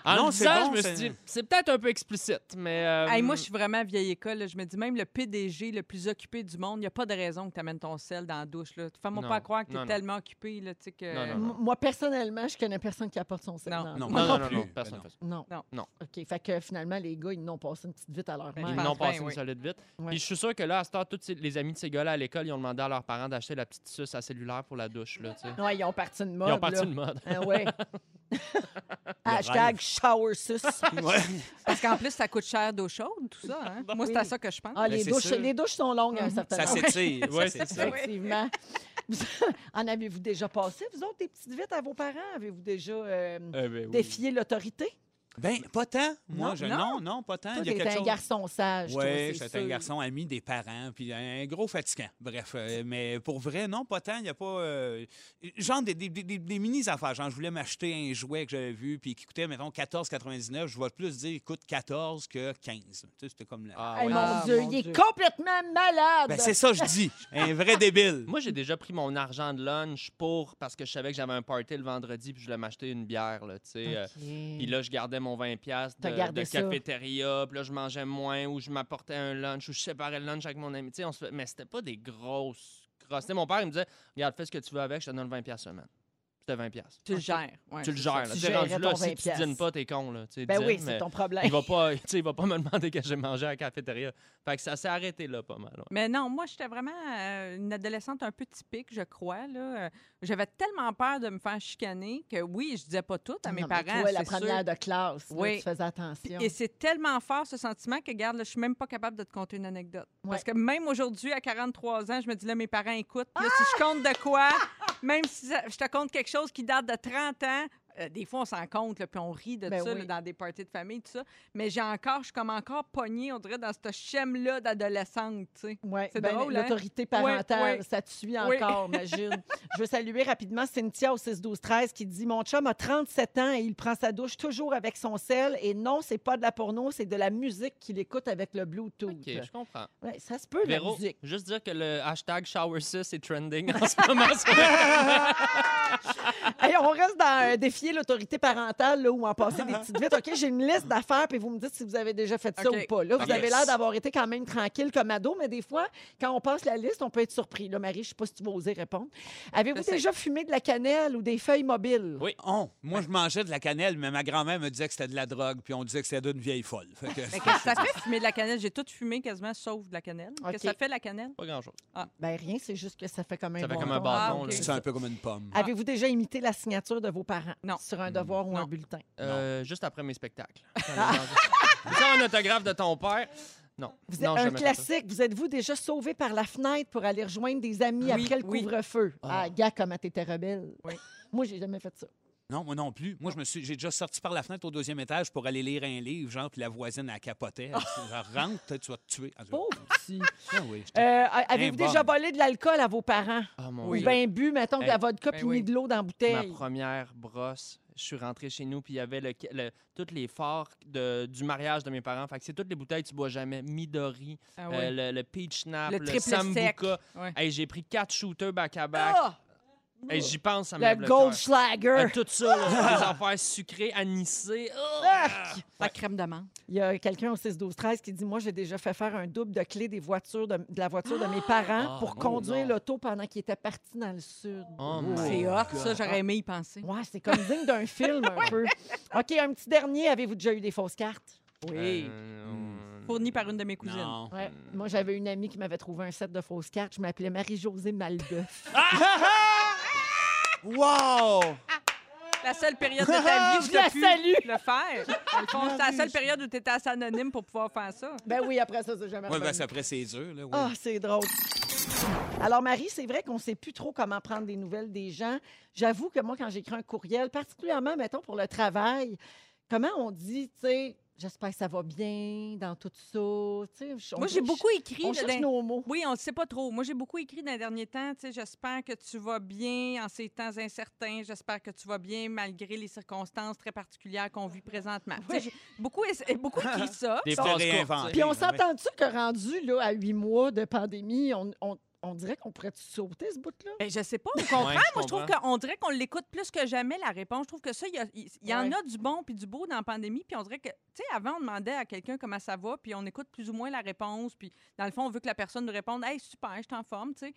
En
Non,
le
c'est
disant,
bon,
je me
c'est-
suis dit, c'est peut-être un peu explicite, mais euh,
Hey, moi, je suis vraiment vieille école. là. Je me dis, même le PDG le plus occupé du monde, il n'y a pas de raison que tu amènes ton sel dans la douche. là. Fais-moi
Non,
pas croire que tu
non,
es
non.
tellement occupé. Là, tu sais que...
Non, non, non.
M- Moi, personnellement, je connais personne qui apporte son sel
Non.
dans la
Non,
douche.
non, non, non,
plus.
non, personne
Ben
fait ça.
Non.
Non.
Non.
OK. Fait que finalement, les gars, ils n'ont passé une petite vite à leur
Ben,
mère.
Ils
pense
n'ont passé
bien,
une
oui.
solide vite.
Ouais.
Puis je suis sûr que là, à cette heure, tous ces- les amis de ces gars-là à l'école, ils ont demandé à leurs parents d'acheter la petite suce à cellulaire pour la douche. Là, tu sais.
Ouais, ils ont parti de mode.
Ils ont parti
là.
une mode.
Ah ouais. Hashtag Ah, showersus.
Ouais.
Parce qu'en plus, ça coûte cher d'eau chaude, tout ça. hein. Moi, c'est à ça que je pense.
Ah,
Ben,
les,
c'est
douches,
sûr.
les douches sont longues à un certain
Ça
moment.
s'étire.
Ouais, c'est
ça s'étire.
ça.
Effectivement. en avez-vous déjà passé, vous autres, des petites vites à vos parents? Avez-vous déjà euh,
Eh ben
défié l'autorité?
Ben, pas tant. Moi,
Non,
je...
non.
non, non, pas tant.
Toi,
Hein, Il y a
t'es
quelque
un
chose...
garçon sage. toi,
Oui,
c'est
j'étais un
sûr.
garçon ami des parents, puis un gros fatigant. Bref, euh, mais pour vrai, non, pas tant. Il n'y a pas. euh, genre des, des, des- des- des mini-affaires. Genre, je voulais m'acheter un jouet que j'avais vu, puis qui coûtait, mettons, 14,99. Je vais plus dire, il coûte 14 que 15. Tu sais, c'était comme la.
Ah,
Hey,
ouais.
mon
Ah,
Dieu,
mon
il
Dieu.
est complètement malade.
Ben, c'est ça, je dis. Un vrai débile.
Moi, j'ai déjà pris mon argent de lunch pour parce que je savais que j'avais un party le vendredi puis je voulais m'acheter une bière. Là, tu sais, euh, Puis là, je gardais mon 20$ piastres
T'as
de,
gardé
de
ça.
cafétéria, puis là, je mangeais moins, ou je m'apportais un lunch, ou je séparais le lunch avec mon ami. Tu sais, on se fait- Mais c'était pas des grosses grosses. Tu sais, Mon père, il me disait Regarde, fais ce que tu veux avec, je te donne 20$ piastres semaine. C'était 20$. piastres.
Tu le gères. ouais,
tu le
c'est
gères.
ça.
Là.
Tu
Tu sais,
gérais
rendu là,
ton
si
20
tu dînes
piastres.
pas, t'es con. Là, tu sais,
Ben
dîne,
oui,
mais
c'est ton problème.
il va pas, tu sais, il va pas me demander que j'ai mangé à la cafétéria. Fait que ça s'est arrêté là pas mal. ouais.
Mais non, moi, j'étais vraiment euh, une adolescente un peu typique, je crois. là. Euh, J'avais tellement peur de me faire chicaner que oui, je disais pas tout à Ah, mes
Non, mais
parents.
Toi, la
c'est sûr.
première de classe, là,
Oui.
tu faisais attention.
Et c'est tellement fort ce sentiment que, regarde, là, je suis même pas capable de te conter une
Ah!
anecdote. Parce que même aujourd'hui, à 43 ans, je me dis, là, mes parents écoutent. Puis Là, si je compte de quoi, même si ça- je te compte quelque chose qui date de 30 ans, euh, des fois, on s'en compte, là, puis on rit de
Ben
ça là,
oui.
dans des parties de famille, tout ça. Mais j'ai encore, je suis comme encore pognée, on dirait, dans ce schème-là d'adolescente, tu sais.
Ouais,
C'est
ben,
drôle, hein?
L'autorité parentale,
ouais.
ça te suit
Oui.
encore, imagine. Je veux saluer rapidement Cynthia au 6-12-13 qui dit Mon chum a 37 ans et il prend sa douche toujours avec son sel. Et non, c'est pas de la porno, c'est de la musique qu'il écoute avec le Bluetooth.
OK, je comprends.
Ouais, ça se peut, la
Véro,
musique.
juste dire que le hashtag shower6 est trending en ce moment. sur-
Hey, on reste dans euh, défier l'autorité parentale là, où en passer des petites vites. OK, j'ai une liste d'affaires, puis vous me dites si vous avez déjà fait ça
OK.
ou pas. Là, vous
Yes.
avez l'air d'avoir été quand même tranquille comme ado, mais des fois, quand on passe la liste, on peut être surpris. Là, Marie, je ne sais pas si tu vas oser répondre. Avez-vous
J'essaie.
déjà fumé de la cannelle ou des feuilles mobiles?
Oui.
Oh, moi, je mangeais de la cannelle, mais ma grand-mère me disait que c'était de la drogue, puis on disait que c'était d'une vieille folle. Fait que-
Ben,
Mais qu'est-ce que Ah, ça fait fumer de la cannelle? J'ai tout fumé quasiment, sauf de la cannelle.
OK.
Qu'est-ce que ça fait, la cannelle?
Pas grand-chose.
Ben rien, c'est juste que ça fait comme un
Ça fait
bon
comme un
ton.
Ah,
bâton.
ok.
là.
c'est un peu comme une pomme.
Avez-vous déjà imité la signature de vos parents
Non.
sur un devoir ou un
Non.
bulletin?
Euh, juste après mes spectacles. C'est un autographe de ton père. Non.
Vous êtes
non,
un
jamais fait ça.
classique. Vous êtes-vous déjà sauvé par la fenêtre pour aller rejoindre des amis
Oui,
après le
oui.
couvre-feu?
Ah.
Ah, gars, comment t'étais rebelle.
Oui.
Moi, j'ai jamais fait ça.
Non, moi non plus. Moi, je me suis, j'ai déjà sorti par la fenêtre au deuxième étage pour aller lire un livre, genre, puis la voisine, elle capotait.
Oh.
Elle dit, Genre, rentre, tu vas te tuer. Ah, je-
Pauvre petit.
Ah oui, j'étais-
Euh, a- Avez-vous
Eh,
bonne.
déjà volé de l'alcool à vos parents?
Ah, mon
Ou
Dieu.
bien bu, mettons, de la
Hey,
vodka
ben
puis mis
oui.
de l'eau dans la
Eh, ma
bouteille?
première brosse. Je suis rentré chez nous, puis il y avait le, le- toutes les phares de, du mariage de mes parents. Fait que c'est toutes les bouteilles que tu bois jamais. Midori,
Ah
euh,
oui.
le, le peach snap,
Le
le,
triple sec.
sambuca.
Ouais. Oh!
Hey, j'ai pris quatre shooters back-à-back. Hey, J'y pense, ça me lève
Ah! Le
le cœur.
Goldschlager!
Euh, tout ça, là, des affaires sucrées, anisées. Oh!
La crème de menthe.
Il y a quelqu'un au 6-12-13 qui dit Moi, j'ai déjà fait faire un double de clé des voitures de, de la voiture de mes parents
Ah,
pour
oh
conduire
non.
l'auto pendant qu'ils étaient partis dans le sud.
Oh my
C'est hot, ça, j'aurais aimé y penser.
Ouais, c'est comme digne d'un film un peu. OK, un petit dernier. Avez-vous déjà eu des fausses cartes?
Oui.
Hmm.
Euh,
Fourni par une de mes cousines.
non.
Ouais. Moi, j'avais une amie qui m'avait trouvé un set de fausses cartes. Je m'appelais Marie-Josée Malbeuf.
Wow!
La seule période de ta vie où
Je
tu
la
as pu
salue.
le faire. Dans le fond, C'était la seule période où tu étais assez anonyme pour pouvoir faire ça.
ben oui, après ça, c'est jamais
Oui,
revenu.
parce qu'après, c'est dur, là. oui.
Ah, c'est drôle. Alors, Marie, c'est vrai qu'on ne sait plus trop comment prendre des nouvelles des gens. J'avoue que moi, quand j'écris un courriel, particulièrement, mettons, pour le travail, comment on dit, tu sais, j'espère que ça va bien dans tout ça. tu sais, on-
Moi, j'ai
on-
beaucoup écrit.
On
là,
cherche
dans-
nos mots.
Oui, on ne sait pas trop. Moi, j'ai beaucoup écrit dans les derniers temps. tu sais, J'espère que tu vas bien en ces temps incertains. J'espère que tu vas bien malgré les circonstances très particulières qu'on vit présentement. Tu sais, J'ai beaucoup, essa- beaucoup écrit ça.
Des
Ça
phrases
réinvente.
courtes, tu
Puis
sais.
on
oui.
s'entend-tu que rendu là, à huit mois de pandémie, on, on- on dirait qu'on pourrait sauter ce bout-là?
Ben, je sais pas, on comprend.
Ouais,
Moi,
je
je trouve qu'on dirait qu'on l'écoute plus que jamais, la réponse. Je trouve que ça, il y, a- il- il y en
Ouais.
a du bon puis du beau dans la pandémie. Puis on dirait que, tu sais, avant, on demandait à quelqu'un comment ça va, puis on écoute plus ou moins la réponse. Puis dans le fond, on veut que la personne nous réponde Hey, super, Hein, je t'en forme, tu sais.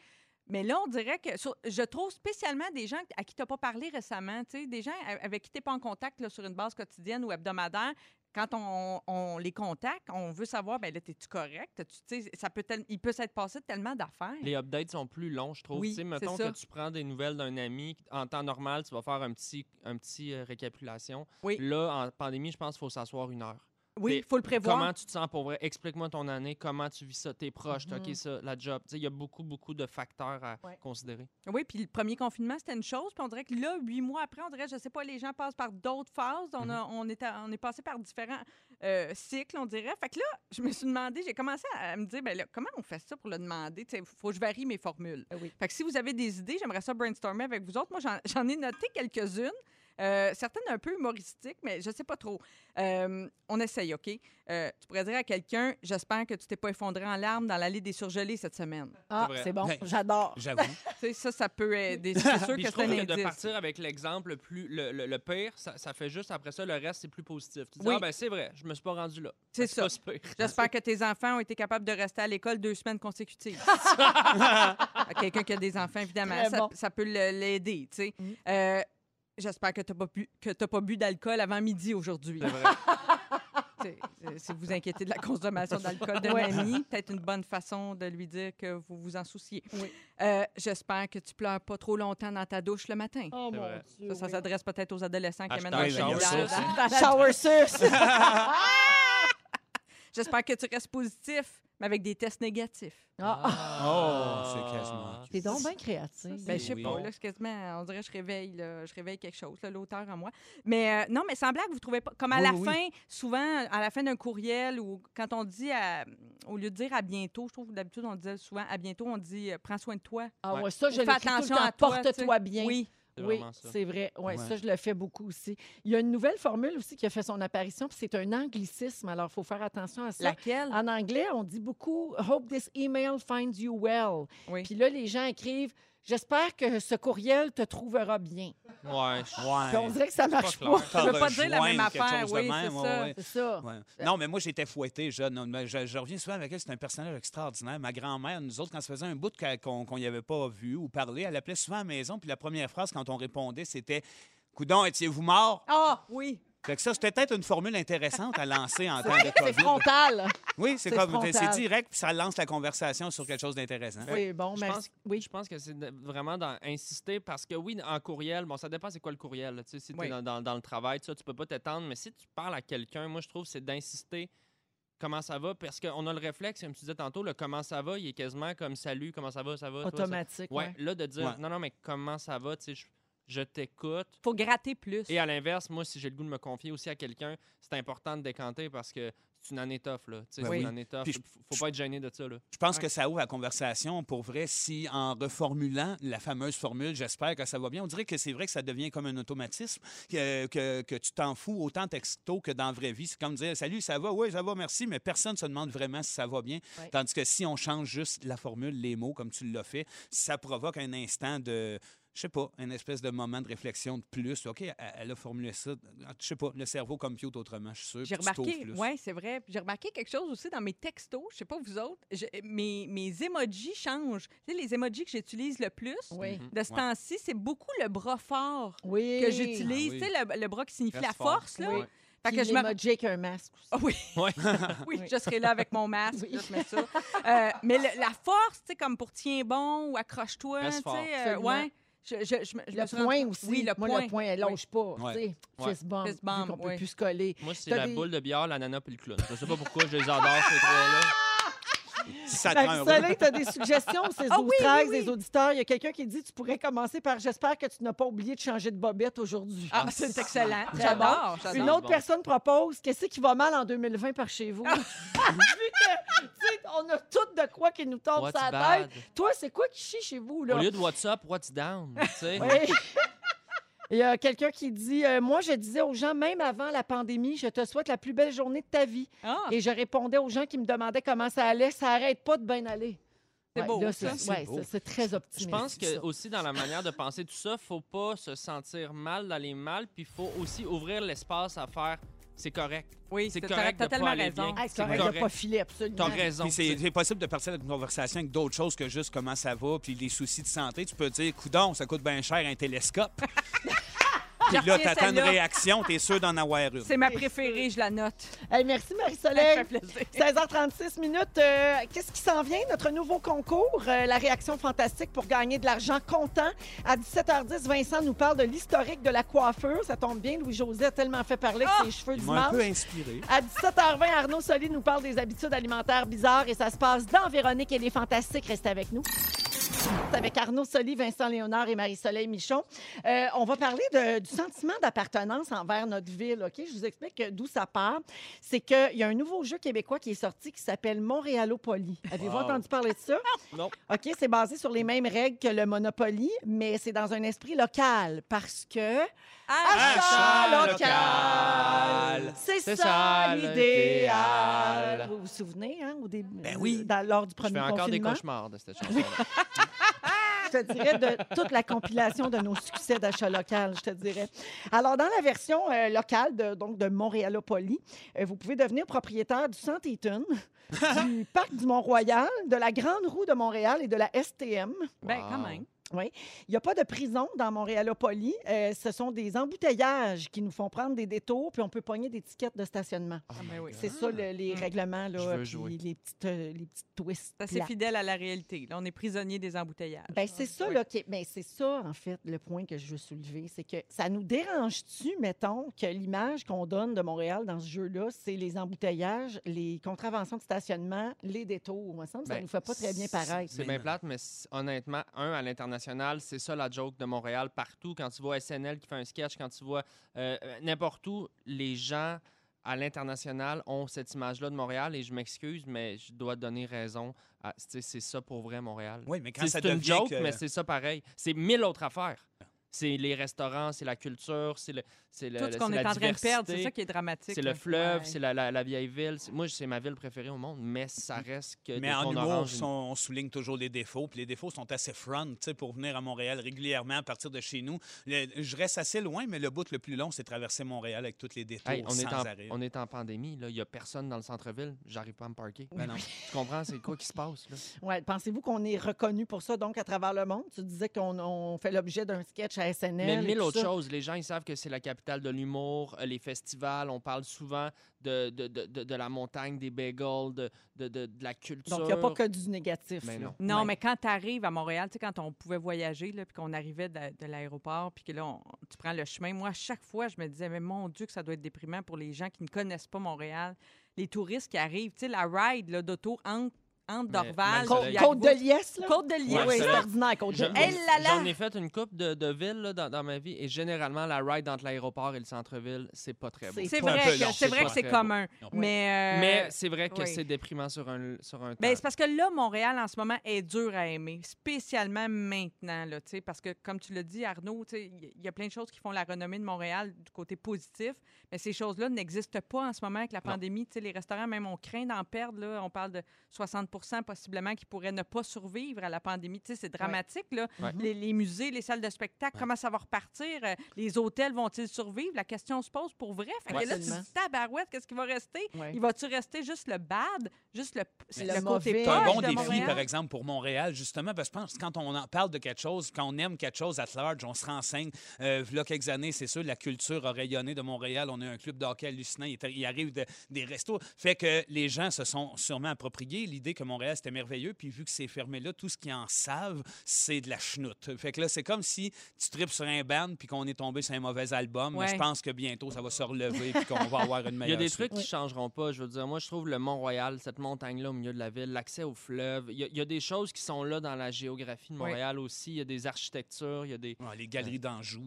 Mais là, on dirait que sur- je trouve spécialement des gens à qui tu n'as pas parlé récemment, tu sais, des gens a- avec qui tu n'es pas en contact là, sur une base quotidienne ou hebdomadaire. Quand on, on les contacte, on veut savoir, ben là, t'es-tu correct? T'as-tu- Tu sais, ça peut tel- il peut s'être passé tellement d'affaires.
Les updates sont plus longs, je trouve.
Oui,
Tu sais,
c'est
mettons
ça.
que tu prends des nouvelles d'un ami, en temps normal, tu vas faire un petit, un petit euh, récapitulation.
Oui.
Là, en pandémie, je pense qu'il faut s'asseoir une heure.
Oui,
des-
il faut le prévoir.
Comment tu te sens pour vrai? Explique-moi ton année, comment tu vis ça, tes proches,
Mm-hmm.
t'as OK, ça, la job. Tu sais, Il y a beaucoup, beaucoup de facteurs à
Ouais.
considérer.
Oui, puis le premier confinement, c'était une chose. Puis on dirait que là, huit mois après, on dirait, je sais pas, les gens passent par d'autres phases. On,
Mm-hmm.
a- on, est, à- on est passé par différents euh, cycles, on dirait. Fait que là, je me suis demandé, j'ai commencé à, à me dire, ben là, comment on fait ça pour le demander? Il faut que je varie mes formules.
Ah oui.
Fait que si vous avez des idées, j'aimerais ça brainstormer avec vous autres. Moi, j'en- j'en ai noté quelques-unes. euh, certaines un peu humoristiques, mais je sais pas trop. Euh, on essaye, OK? Euh, tu pourrais dire à quelqu'un, j'espère que tu t'es pas effondré en larmes dans l'allée des surgelés cette semaine.
Ah,
vrai.
c'est bon,
Ben,
j'adore.
J'avoue.
Tu sais, ça, ça peut aider. C'est sûr
Puis
que
je
c'est un
trouve que de
indice.
partir avec l'exemple le plus le, le- le pire, ça, ça fait juste après ça, le reste, c'est plus positif. Tu dis,
Oui.
ah ben c'est vrai, je me suis pas rendu là.
C'est
pas
ça.
si pire.
J'espère que tes enfants ont été capables de rester à l'école deux semaines consécutives. À Quelqu'un qui a des enfants, évidemment,
Très
ça,
bon.
ça peut le- l'aider, tu sais.
Mm.
Euh, J'espère que tu n'as pas bu, que t'as pas bu d'alcool avant midi aujourd'hui.
C'est vrai.
Tu sais, euh, Si vous inquiétez de la consommation d'alcool d'un
Ouais.
ami, peut-être une bonne façon de lui dire que vous vous en souciez.
Oui.
Euh, J'espère que tu pleures pas trop longtemps dans ta douche le matin.
Oh
C'est
mon
vrai.
Dieu.
Ça, ça
oui. Ah,
s'adresse peut-être aux adolescents qui amènent
Hashtag
leur
shower
chien dans-
sauce, hein.
dans la
Shower sus.
J'espère que tu restes positif, mais avec des tests négatifs.
Ah,
Oh, c'est
Ah,
quasiment.
t'es donc bien
Ça,
créatif.
c'est- Ben, je sais
oui.
pas, là, c'est quasiment, on dirait que je réveille, là, je réveille quelque chose, là, l'auteur en moi. Mais euh, non, mais sans blague, vous trouvez pas. Comme à
Oui,
la
oui.
fin, souvent, à la fin d'un courriel ou quand on dit, à- au lieu de dire à bientôt, je trouve que d'habitude, on disait souvent à bientôt, on dit euh, prends soin de toi.
Ah
Ouais.
ouais, ça,
Ou
je
fais
l'écris tout le
attention
temps,
à toi, tu
Porte-toi
sais.
bien.
Oui.
C'est
Oui,
vraiment ça.
c'est vrai. Ouais,
Ouais.
Ça, je le fais beaucoup aussi. Il y a une nouvelle formule aussi qui a fait son apparition, puis c'est un anglicisme, alors il faut faire attention à ça.
Laquelle?
Ah,
En anglais, on dit beaucoup Hope this email finds you well.
Oui.
Puis là, les gens écrivent J'espère que ce courriel te trouvera bien.
Ouais,
Euh,
je-
Puis on
Ouais.
dirait que ça marche
clair.
pas.
T'en
Je veux pas dire la
rejoindre
même
quelque
affaire,
chose de
oui,
même,
c'est
ouais,
ça.
ouais.
C'est ça.
Ouais. Non, mais moi, j'étais fouetté jeune. Non, mais je, je reviens souvent avec elle. C'est un personnage extraordinaire. Ma grand-mère, nous autres, quand ça faisait un bout qu'elle- qu'on qu'on n'y avait pas vu ou parlé, elle appelait souvent à la maison. Puis la première phrase, quand on répondait, c'était Coudon, étiez-vous mort?
Ah, oui.
Fait que ça, c'était peut-être une formule intéressante à lancer en temps de
C'est
COVID.
frontal.
Oui, c'est
C'est
comme c'est
frontal.
direct, puis ça lance la conversation sur quelque chose d'intéressant.
Oui, bon,
je pense,
merci. Oui.
je pense que c'est de- vraiment d'en- insister parce que oui, en courriel, bon, ça dépend c'est quoi le courriel. là, tu sais, si tu es
Oui.
dans, dans- dans le travail, tout ça, tu peux pas t'étendre, mais si tu parles à quelqu'un, moi je trouve c'est d'insister comment ça va parce qu'on a le réflexe, comme tu disais tantôt, le comment ça va, il est quasiment comme salut, comment ça va, ça va. toi, ça-
Automatique.
Ouais,
ouais.
là de dire
Ouais.
non, non, mais comment ça va, tu sais, je, je t'écoute.
Faut gratter plus.
Et à l'inverse, moi, si j'ai le goût de me confier aussi à quelqu'un, c'est important de décanter parce que c'est une année tough, là. Tu sais,
Ben
c'est
oui.
une année tough.
Puis je-
Faut- Faut pas être gêné de ça, là.
Je pense que ça ouvre la conversation pour vrai si en reformulant la fameuse formule j'espère que ça va bien. On dirait que c'est vrai que ça devient comme un automatisme que, que, que tu t'en fous autant texto que dans la vraie vie. C'est comme dire salut, ça va, oui, ça va, merci, mais personne ne se demande vraiment si ça va bien.
Ouais.
Tandis que si on change juste la formule, les mots comme tu l'as fait, ça provoque un instant de je sais pas, un espèce de moment de réflexion de plus. OK, elle- elle a formulé ça. Je sais pas, le cerveau compute autrement, je suis sûr.
J'ai
puis tu t'ouvres
remarqué,
plus.
oui, c'est vrai. Puis J'ai remarqué quelque chose aussi dans mes textos. Je sais pas vous autres, je- mes, mes emojis changent. Tu sais, les emojis que j'utilise le plus
Oui.
Mhm.
de ce
Ouais.
temps-ci, c'est beaucoup le bras fort
Oui.
que j'utilise.
Ah oui.
Tu sais, le, le bras qui signifie
Reste
la
fort.
force. Là.
Oui.
Fait
Puis
que je me...
l'emoji avec un masque aussi.
Ah oui,
Ouais.
Oui.
oui, je serai là avec mon masque,
Oui.
là, je mets ça. Euh, mais le- la force, tu sais, comme pour tiens bon ou accroche-toi, tu
Reste
sais,
fort.
euh,
Absolument.
ouais. Je, je- je me- je me
Le
suis rendu-
point aussi.
Oui, le
Moi,
point.
le point, elle lâche pas.
Ouais.
Tu sais,
Ouais.
fist bump,
Fist
vu
bump,
qu'on peut
oui.
plus se coller.
Moi, c'est
T'as
la
des-
boule de bière, l'ananas puis le clown. Je sais pas pourquoi je les adore, ces trois-là.
Ça te rend
Marie
heureux.
Soleil, tu as des suggestions, c'est
Ah oui,
12 13
oui, oui.
des auditeurs. Il y a quelqu'un qui dit tu pourrais commencer par J'espère que tu n'as pas oublié de changer de bobette aujourd'hui.
Ah, c'est excellent.
Très
J'adore,
Une
j'adore.
non.
autre
bon.
personne propose Qu'est-ce qui va mal en 2020 par chez vous Vu que, tu sais, on a tout de quoi qui nous
Ah,
tombe
What's
sur la
bad?
tête. Toi, c'est quoi qui chie chez vous là
Au lieu de what's up, what's down, tu sais.
Oui. Il y a quelqu'un qui dit euh, Moi, je disais aux gens, même avant la pandémie, je te souhaite la plus belle journée de ta vie.
Ah,
Et je répondais aux gens qui me demandaient comment ça allait Ça arrête pas de bien aller.
C'est
Ouais,
beau,
là,
ça.
c'est- ouais,
beau.
c'est- c'est très
Je
optimiste.
pense que
ça.
aussi dans la manière de penser tout ça, faut pas se sentir mal d'aller mal, puis faut aussi ouvrir l'espace à faire c'est correct.
oui,
C'est
c'est
correct
correct, t'as
de pas
tellement
aller
raison.
bien.
Ah, c'est
C'est
correct, il a
correct.
pas filé, absolument.
T'as raison.
Puis c'est
tu sais.
c'est possible de partir d'une conversation avec d'autres choses que juste comment ça va, puis les soucis de santé. Tu peux dire, coudon, ça coûte bien cher un télescope. puis
Je
là,
retiens
t'attends une
celle-là.
réaction, t'es sûr d'en avoir une.
C'est ma préférée, je la note.
Hey, merci
Ça
Marie-Soleil.
me fait plaisir.
16h36 minutes. euh, Qu'est-ce qui s'en vient? Notre nouveau concours, euh, la réaction fantastique pour gagner de l'argent comptant. À 17h10, Vincent nous parle de l'historique de la coiffure. Ça tombe bien, Louis-José a tellement fait parler de ses cheveux
Ils m'ont
dimanche.
un peu inspiré.
À 17h20, Arnaud Soli nous parle des habitudes alimentaires bizarres et ça se passe dans Véronique et les Fantastiques. Restez avec nous. C'est Avec Arnaud Soli, Vincent Léonard et Marie-Soleil Michon. Euh, on va parler de- du sentiment d'appartenance envers notre ville. OK? Je vous explique d'où ça part. C'est qu'il y a un nouveau jeu québécois qui est sorti qui s'appelle Montréalopoly. Avez-vous
Wow.
entendu parler de ça?
Non.
OK, c'est basé sur les mêmes règles que le Monopoly, mais c'est dans un esprit local parce que. Achat
Achat
local.
local.
C'est
C'est
ça
ça,
l'idéal.
l'idéal.
Vous vous souvenez, hein, au début,
Ben oui.
dans- lors du
Je fais
premier
encore des
confinement,
cauchemars de cette
Ah,
chanson-là.
je te dirais de toute la compilation de nos succès d'achat local, je te dirais. Alors, dans la version euh, locale de, donc de Montréalopolis, euh, vous pouvez devenir propriétaire du saint étienne du parc du Mont-Royal, de la Grande Roue de Montréal et de la STM.
Ben, quand
Wow.
même.
Oui. Il n'y a pas de prison dans Montréalopolis. Euh, ce sont des embouteillages qui nous font prendre des détours, puis on peut pogner des tickets de stationnement.
Ah,
ben oui.
C'est ça, le- les
Mm.
règlements, là,
Je veux
puis
jouer.
les petites, euh, les petites twists.
C'est assez
plates.
fidèle à la réalité. Là, on est prisonnier des embouteillages.
Ben, c'est ça, là, qui est- ben, c'est ça, en fait, le point que je veux soulever. C'est que ça nous dérange-tu, mettons, que l'image qu'on donne de Montréal dans ce jeu-là, c'est les embouteillages, les contraventions de stationnement, les détours. Moi, semble, que ça
Ben,
nous fait pas très bien
c'est-
paraître.
C'est bien plate, mais c- honnêtement, un, à l'international, c'est ça la joke de Montréal partout. Quand tu vois SNL qui fait un sketch, quand tu vois euh, euh, n'importe où, les gens à l'international ont cette image-là de Montréal et je m'excuse, mais je dois donner raison. à- tu sais, C'est ça pour vrai, Montréal.
Oui, mais quand
C'est
ça
c'est une
devient
joke,
que-
mais c'est ça pareil. C'est mille autres affaires. C'est les restaurants, c'est la culture, c'est le, c'est le,
Tout
le-
ce qu'on
c'est
est
la
en train de perdre, c'est
diversité.
ça qui est dramatique.
C'est
là.
le fleuve,
Ouais.
c'est la, la- la vieille ville. C'est- Moi, c'est ma ville préférée au monde, mais ça reste que.
Mais
des
en
tons
humour,
d'orange et
on, on souligne toujours les défauts. Puis les défauts sont assez front tu sais, pour venir à Montréal régulièrement à partir de chez nous. Le- je reste assez loin, mais le bout le plus long, c'est traverser Montréal avec toutes les détours
Hey, on,
sans
est en,
arrêt.
on est en pandémie, là. il n'y a personne dans le centre-ville, j'arrive pas à me parquer.
Ben non.
Tu comprends, c'est quoi qui se passe? Là?
Ouais, Pensez-vous qu'on est reconnu pour ça, donc, à travers le monde? Tu disais qu'on on fait l'objet d'un sketch à SNL. et
Mais mille
tout
autres
ça.
choses, les gens ils savent que c'est la capitale de l'humour, euh, les festivals, on parle souvent de, de, de, de- de la montagne, des bagels, de, de, de, de la culture.
Donc, il n'y a pas que du négatif.
Mais
là.
Ben non.
Non,
Ouais.
mais quand tu arrives à Montréal, tu sais, quand on pouvait voyager, là, puis qu'on arrivait de, de l'aéroport, puis que là, on- tu prends le chemin, moi, à chaque fois, je me disais, mais mon Dieu, que ça doit être déprimant pour les gens qui ne connaissent pas Montréal, les touristes qui arrivent. Tu sais, la ride là, d'auto entre, entre
Mais-
Dorval,
mais
Côte,
soleil.
puis
Côte de
Yarvaux-
Liesse, là?
Côte de
Oui,
Liesse.
oui, c'est
soleil.
ordinaire, Côte de
Je-
Liesse.
Eh là là!
J'en ai fait une coupe de, de villes là, dans, dans ma vie et généralement la ride entre l'aéroport et le centre-ville, c'est pas très beau.
C'est
C'est
pas
un peu
vrai,
long,
que- c'est
c'est
vrai
pas
que c'est
très beau.
commun.
Non.
Mais, euh,
Mais c'est vrai que
oui.
c'est déprimant sur un, sur un temps.
Ben, c'est parce que là, Montréal, en ce moment, est dur à aimer, spécialement maintenant, là, tu sais, parce que, comme tu l'as dit, Arnaud, tu sais, il y- il y a plein de choses qui font la renommée de Montréal du côté positif, mais ces choses-là n'existent pas en ce moment avec la pandémie. Tu sais, les restaurants, même, on craint d'en perdre. Là. On parle de 60 possiblement qui pourraient ne pas survivre à la pandémie. Tu sais, c'est dramatique. Là.
Ouais.
Les, les musées, les salles de spectacle, comment ça va repartir? Euh, Les hôtels vont-ils survivre? La question se pose pour vrai. Fait que
Ouais.
là, tu te dis,
Absolument.
tabarouette, qu'est-ce qui va rester?
Ouais.
Il va-tu rester juste le bad, juste le,
Le
le
mauvais.
côté
C'est un
Proche
bon
de
défi,
Montréal.
par exemple, pour Montréal, justement, parce que je pense que quand on en parle de quelque chose, quand on aime quelque chose à large, on se renseigne. Euh, v'là quelques années, c'est sûr, la culture a rayonné de Montréal. On a un club d'hockey hallucinant. Il, est- il arrive de- des restos. Fait que les gens se sont sûrement appropriés l'idée que Montréal, c'était merveilleux. Puis vu que c'est fermé là, tout ce qu'ils en savent, c'est de la chenoute. Fait que là, c'est comme si tu tripes sur un band puis qu'on est tombé sur un mauvais album. Mais
Ouais.
je pense que bientôt, ça va se relever puis qu'on va avoir une
Il y a
meilleure
des
suite.
trucs qui changeront pas. Je veux dire, moi, je trouve le Mont-Royal, cette montagne-là au milieu de la ville, l'accès au fleuve. Il y, a, il y a des choses qui sont là dans la géographie de
Oui.
Montréal aussi. Il y a des architectures, il y a des.
Ah, les galeries d'Anjou.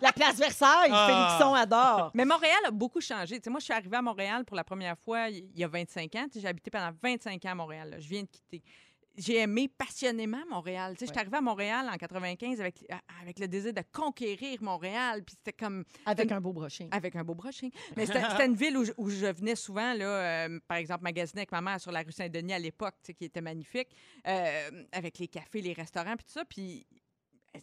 La place Versailles,
Ah.
Félixon adore.
Mais Montréal a beaucoup changé. Tu sais, moi, je suis arrivée à Montréal pour la première fois il y a 25 ans. Tu sais, J'ai habité pendant 25 ans à Montréal. là. Je viens de quitter. J'ai aimé passionnément Montréal. Tu sais, Je suis arrivée à Montréal en 95 avec, euh, avec le désir de conquérir Montréal. Puis c'était comme
Avec un beau brochet.
Avec un beau brushing. Mais c'était c'était une ville où je, où je venais souvent, là, euh, par exemple, magasiner avec ma mère sur la rue Saint-Denis à l'époque, tu sais, qui était magnifique, euh, avec les cafés, les restaurants, puis tout ça. Puis,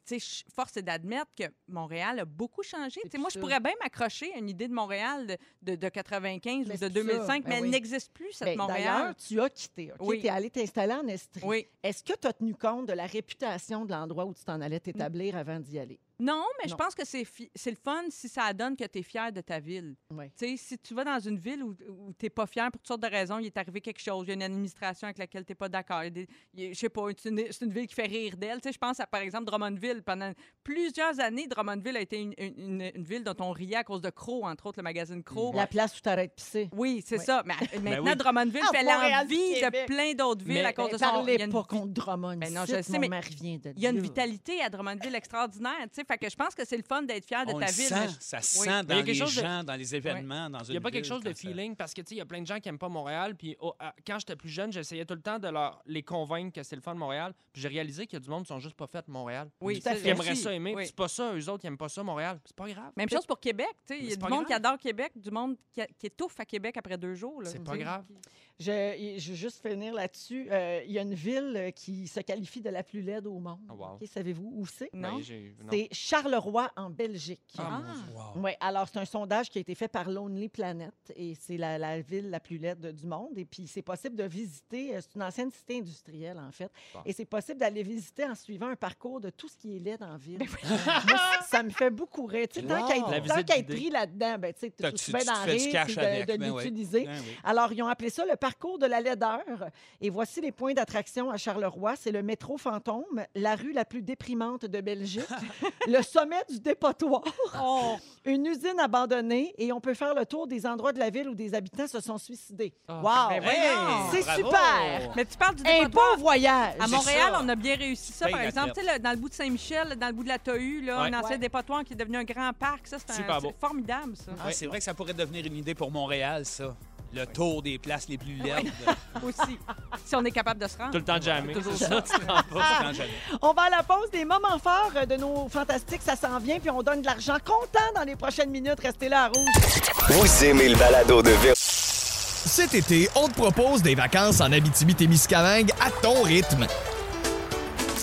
tu sais, je- force est d'admettre que Montréal a beaucoup changé. Tu sais,
plus
moi, je
ça.
pourrais bien m'accrocher à une idée de Montréal de, de, de 95
Mais
ou
c'est
de
plus ça.
2005,
Ben
mais elle
oui.
n'existe plus, cette
Ben, D'ailleurs,
Montréal.
tu as quitté. OK?
Oui.
Tu es allé t'installer en Estrie.
Oui.
Est-ce que tu as tenu compte de la réputation de l'endroit où tu t'en allais t'établir avant d'y aller?
Non, mais
Non.
je pense que c'est fi- c'est le fun si ça donne que tu es fier de ta ville.
Oui.
Tu sais, si tu vas dans une ville où, tu n'es pas fier pour toutes sortes de raisons, il est arrivé quelque chose, il y a une administration avec laquelle tu n'es pas d'accord, il y a des- il y a- je sais pas, c'est une, c'est une ville qui fait rire d'elle. Tu sais, je pense à, par exemple, Drummondville. Pendant plusieurs années, Drummondville a été une, une- une- une ville dont on riait à cause de Crow, entre autres, le magazine Crow.
La place où t'arrêtes pisser.
Oui, c'est
Oui.
ça. Mais à- maintenant,
oui.
Drummondville
Ah,
fait
Montréal du
l'envie
Québec.
de plein d'autres villes
Mais-
à cause de son... il y a
Ben, Parlez
une
pas
vi-
contre Drummond.
Ben non,
site,
je sais,
mon
mais
mari vient de
il y a une
là.
vitalité à Drummondville extraordinaire, tu sais. Fait que je pense que c'est le fun d'être fier de
On
ta
le
ville.
sent,
mais je-
ça
Oui.
sent
Mais
dans
il y a quelque
les
chose de-
gens, dans les événements, dans une
Il n'y a pas quelque
ville,
chose de
quand ça-
feeling parce que, tu sais, il y a plein de gens qui n'aiment pas Montréal. Puis oh, ah, quand j'étais plus jeune, j'essayais tout le temps de leur, les convaincre que c'est le fun de Montréal. Puis j'ai réalisé qu'il y a du monde qui sont juste pas faits de Montréal.
Oui,
Tout à
ça,
fait.
Qui
J'aime
aimeraient
aussi.
ça aimer.
Oui.
C'est pas ça, eux autres, qui n'aiment pas ça Montréal. C'est pas grave.
Même chose pour Québec. tu
Mais
sais, Il y a
c'est
du
pas
monde qui
grave.
adore Québec, du monde qui, a- qui étouffe à Québec après deux jours. là,
C'est
tu
pas
sais.
grave.
Je, je veux juste finir là-dessus. Euh, il y a une ville euh, qui se qualifie de la plus laide au monde.
Oh, wow.
OK, Savez-vous où c'est?
Non.
Ben, j'ai- non.
C'est Charleroi, en Belgique.
Ah,
Ah.
mon Dieu.
Wow.
Oui, alors c'est un sondage qui a été fait par Lonely Planet et c'est la, la ville la plus laide du monde. Et puis c'est possible de visiter, euh, c'est une ancienne cité industrielle en fait,
Bon.
et c'est possible d'aller visiter en suivant un parcours de tout ce qui est laide en ville. Moi, ça me fait beaucoup rire. Tu sais, Tant
Wow.
qu'à
La
être, tant
visite
qu'à être
guidée.
pris là-dedans, ben, tu sais, t'es
T'as-
tout
tu-
bien
tu te
d'en
fais du
rire
cash
puis de,
avec,
de
ben oui.
l'utiliser.
Ben oui.
Alors, ils ont appelé ça le parcours de la laideur. Et voici les points d'attraction à Charleroi. C'est le métro fantôme, la rue la plus déprimante de Belgique, le sommet du dépotoir, une usine abandonnée et on peut faire le tour des endroits de la ville où des habitants se sont suicidés.
Ah,
wow!
ben
voyons!
C'est
Bravo!
super!
Mais tu parles du
Un
dépotoir.
beau voyage!
À
C'est
Montréal,
ça.
on a bien réussi ça,
Ben,
par
la
exemple.
traite.
Tu sais, le- dans le bout de Saint-Michel, là, dans le bout de la Tohu, là,
Ouais.
un ancien
Ouais.
dépotoir qui est devenu un grand parc. Ça, c'est un-
Super beau.
c'est formidable, ça.
Ah, c'est vrai que ça pourrait devenir une idée pour Montréal, ça. Le tour des places les plus laides.
Aussi. si on est capable de se rendre.
Tout le temps jamais. C'est ça, tu t'en vas.
Pas quand j'avais-
On va à la pause des moments forts de nos fantastiques, ça s'en vient, puis on donne de l'argent comptant dans les prochaines minutes. Restez là à rouge.
Vous aimez le balado de Véronique.
Cet été, on te propose des vacances en Abitibi-Témiscamingue à ton rythme.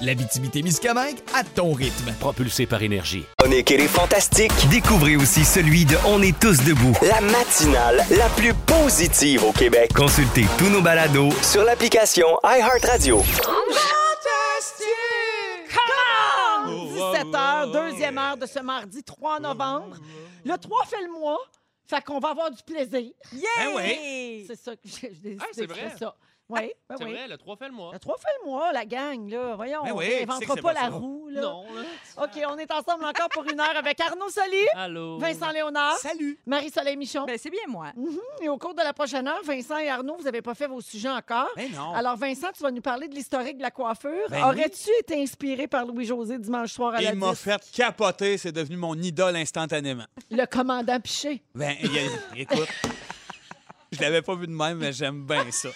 L'Abitibi-Témiscamingue à ton rythme.
Propulsé par énergie.
et les Fantastiques.
Découvrez aussi celui de On est tous debout.
La matinale la plus positive au Québec.
Consultez tous nos balados
Sur l'application iHeartRadio.
17h, deuxième heure de ce mardi 3 novembre. Le 3 fait le mois, fait qu'on va avoir du plaisir.
Yeah!
Ben
C'est ça que j'ai j'ai décidé
Ah, c'est
de faire
vrai.
ça. Oui, ben
C'est
oui.
vrai, le 3 fait le mois.
Le 3 fait le mois, la gang, là. Voyons,
Ben
on
oui, tu sais
n'inventera
que c'est
pas
pas
la
ça.
roue, là.
Non, là.
OK, on est ensemble encore pour une heure avec Arnaud Soli,
Allô.
Vincent Léonard,
Salut!
Marie-Soleil Michon.
Ben, c'est bien moi.
Et au cours de la prochaine heure, Vincent et Arnaud, vous n'avez pas fait vos sujets encore.
Ben non.
Alors, Vincent, tu vas nous parler de l'historique de la coiffure.
Ben oui.
Aurais-tu été inspiré par Louis-José dimanche soir à la
Il m'a
10?
fait capoter, c'est devenu mon idole instantanément.
Le commandant Piché.
Ben, il y a- écoute, je l'avais pas vu de même, mais j'aime bien ça.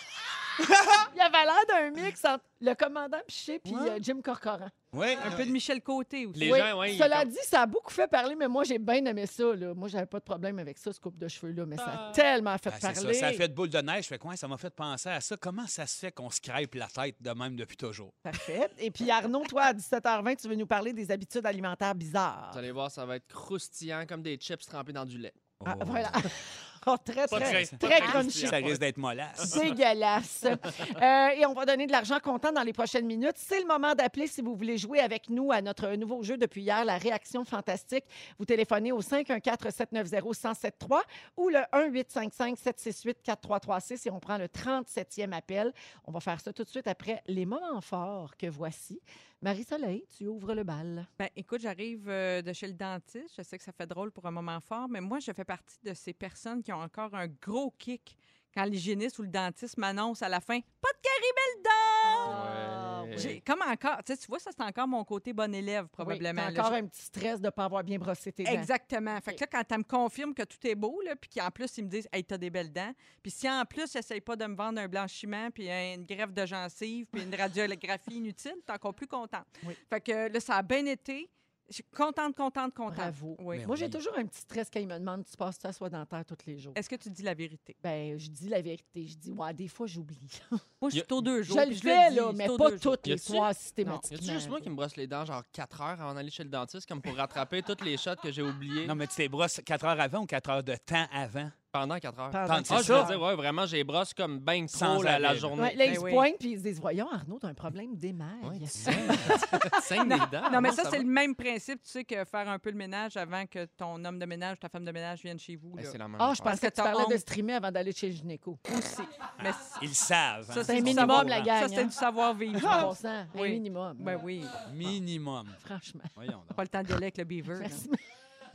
Il avait l'air d'un mix entre le commandant Piché puis euh, Jim Corcoran.
Oui,
Un peu de Michel Côté aussi.
Les
Oui.
gens, ouais, ils-
Cela dit, ça a beaucoup fait parler, mais moi, j'ai bien aimé ça. Là. Moi, j'avais pas de problème avec ça, ce coupe de cheveux-là, mais ça a tellement fait
Ah, c'est
parler.
ça, ça a fait boule de neige. Je fais quoi? Ça m'a fait penser à ça. Comment ça se fait qu'on se crêpe la tête de même depuis toujours?
Parfait. Et puis, Arnaud, toi, à 17h20, tu veux nous parler des habitudes alimentaires bizarres.
Vous allez voir, ça va être croustillant comme des chips trempés dans du lait.
Ah, voilà. Oh, très,
Pas
très,
très.
très
Ah,
crunchy.
Ça risque d'être mollasse.
Dégueulasse. Euh, et on va donner de l'argent comptant dans les prochaines minutes. C'est le moment d'appeler si vous voulez jouer avec nous à notre nouveau jeu depuis hier, la réaction fantastique. Vous téléphonez au 514-790-1073 ou le 1-855-768-4336 et on prend le 37e appel. On va faire ça tout de suite après les moments forts que voici. Marie-Soleil, tu ouvres le bal.
Ben, écoute, j'arrive euh, de chez le dentiste. Je sais que ça fait drôle pour un moment fort, mais moi, je fais partie de ces personnes qui ont encore un gros kick quand l'hygiéniste ou le dentiste m'annonce à la fin Pas de caribel dedans!
Ouais.
J'ai comme encore, tu sais, tu vois, ça, c'est encore mon côté bon élève, probablement.
Oui,
là.
t'as encore
Je-
un petit stress de ne pas avoir bien brossé tes dents.
Exactement. Fait que là, quand elle me confirme que tout est beau, là, puis qu'en plus, ils me disent, hey, t'as des belles dents. Puis si en plus, j'essaye pas de me vendre un blanchiment, puis un- une greffe de gencive, puis une radiographie inutile, t'es encore plus contente.
Oui.
Fait que là, ça a bien été. Je suis contente, contente, contente.
Bravo.
Oui.
Mais
Moi, j'ai
oui.
toujours un petit stress quand ils me demandent tu passes ça soit dentaire tous les jours.
Est-ce que tu dis la vérité?
Ben, je dis la vérité. Je dis, ouais, des fois, j'oublie.
Moi, je
Y a-
suis aux deux
Je
jours.
le
puis
fais,
dis,
là,
je suis
mais
aux
pas
deux jours.
toutes les
Y a-tu-
soirs
Y
systématiquement.
a-tu juste moi qui me brosse les dents genre 4 heures avant d'aller chez le dentiste comme pour rattraper toutes les shots que j'ai oubliées
Non, mais tu t'es brosses 4 heures avant ou 4 heures de temps avant?
pendant 4 heures?
Pendant
Ah,
que-
je veux
ça.
dire, ouais, vraiment, j'ai les brosse comme ben
Sans
trop la, la
arrêt.
journée.
Ouais, là, ils
Ben
se
oui.
pointent puis ils se disent Voyons, Arnaud, t'as un problème d'émail.
Ouais, tu
Yes.
sais, tu saignes des dents.
Non, mais
Ah,
Moi,
ça, c'est
va.
le même principe, tu sais, que faire un peu le ménage avant que ton homme de ménage, ta femme de ménage vienne chez vous.
Eh,
là.
C'est la même
Ah, je
affaire.
Parce que
pensais que tu
t'as
parlais de
honte.
streamer avant d'aller chez le gynéco.
Mais c-
Ils savent.
Ça,
hein?
c'est
C'est un
du
minimum,
savoir-
la
ça,
gang.
c'est du savoir-vivre. je
hein?
pense.
100%, un
Oui.
minimum. hein.
Ben oui.
hein? Minimum.
Franchement.
Voyons donc.
Pas le temps d'y aller avec le beaver. là.
Merci.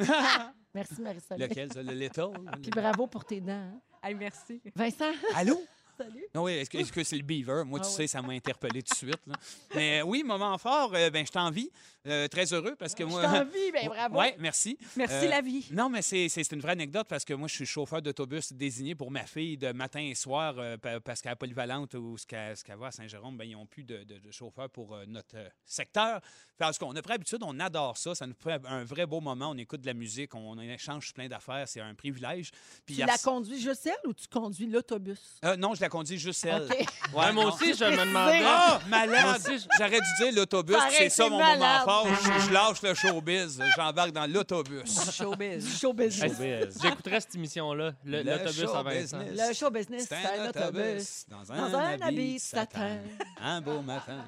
Merci, Marie-Soleil.
Lequel, ça? Le little?
Puis bravo pour tes dents. hein.
Hey, merci.
Vincent,
Allô?
salut.
Non, oui, est-ce que est-ce que c'est le beaver? Moi, tu
Ah
sais, ça m'a interpellé tout de suite. là. Mais oui, moment fort, euh, ben, je t'envie. Euh, très heureux parce que
Je
moi.
t'envie, ben bravo.
Oui, merci.
Merci
Euh,
la vie.
Non, mais c'est c'est- c'est une vraie anecdote parce que moi, je suis chauffeur d'autobus désigné pour ma fille de matin et soir euh, pa- parce qu'à Polyvalente ou ce qu'elle ce qu'elle va à Saint-Jérôme, ben, ils n'ont plus de, de- de chauffeur pour euh, notre euh, secteur. Parce qu'on a pris habitude, on adore ça. Ça nous fait un vrai beau moment. On écoute de la musique, on échange plein d'affaires. C'est un privilège. Puis
Tu
hier-
la conduis juste elle ou tu conduis l'autobus?
Euh, non, je la conduis juste elle.
OK.
Ouais,
Ouais, moi
non.
aussi, je me demandais.
Ah,
Moi
malade!
aussi, je-
J'aurais dû dire l'autobus,
Ça aurait
c'est ça
été
mon
malade.
moment fort. Je, je lâche le showbiz, j'embarque dans l'autobus.
Du
Showbiz.
show business.
Ah! J'écouterais cette émission-là, le-
Le
l'autobus
show
à Vincent.
business.
Le show business, c'est un autobus.
dans
Dans un habit de satin.
Un beau matin.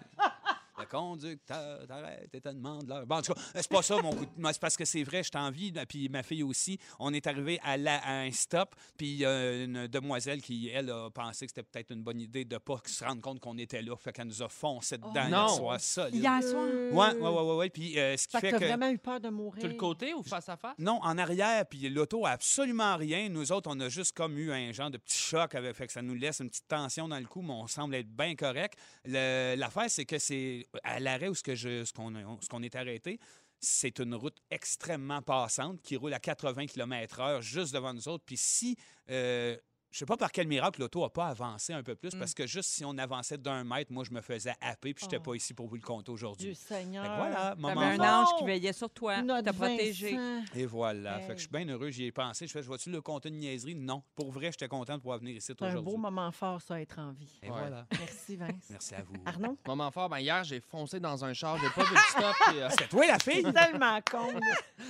Le conducteur t'arrête et te demande l'heure. Bon, en tout cas, c'est pas ça mon coup de... mais C'est parce que c'est vrai, je t'envie, là, puis ma fille aussi. On est arrivé à, la- à un stop, puis il y a une demoiselle qui, elle, a pensé que c'était peut-être une bonne idée de pas se rendre compte qu'on était là. Fait qu'elle nous a foncé
Oh,
dedans hier
non.
soir, solide.
Hier soir.
Oui, oui, oui, oui. Puis euh, ce qui
Fait que
fait
t'as
que.
vraiment eu peur de mourir.
Sur le côté ou face à face?
Non, en arrière, puis l'auto a absolument rien. Nous autres, on a juste comme eu un genre de petit choc, avec, fait que ça nous laisse une petite tension dans le cou, mais on semble être bien correct. Le- L'affaire, c'est que c'est à l'arrêt où ce que je- ce qu'on a- ce qu'on est arrêté, c'est une route extrêmement passante qui roule à 80 km/h juste devant nous autres. Puis si, euh, je sais pas par quel miracle, l'auto n'a pas avancé un peu plus, parce que juste si on avançait d'un mètre, moi, je me faisais happer, puis je n'étais
Oh.
pas ici pour vous le compter
Dieu
aujourd'hui. Fait
Seigneur.
que voilà, moment
T'avais un
fort.
ange qui
Non!
veillait sur toi,
Notre
t'a protégé.
Vincent.
Et voilà. Fait
Hey.
que je suis bien heureux, j'y ai pensé. Je fais, je vais-tu le compter une niaiserie? Non. Pour vrai, j'étais content de pouvoir venir ici
C'est un beau
aujourd'hui.
moment fort, ça, être en vie.
Et
Ouais.
voilà.
Merci, Vince.
Merci à vous.
Arnaud?
Moment fort, ben hier, j'ai foncé dans un char, j'ai pas vu le stop. puis, euh,
C'était toi, la fille?
tellement con. là.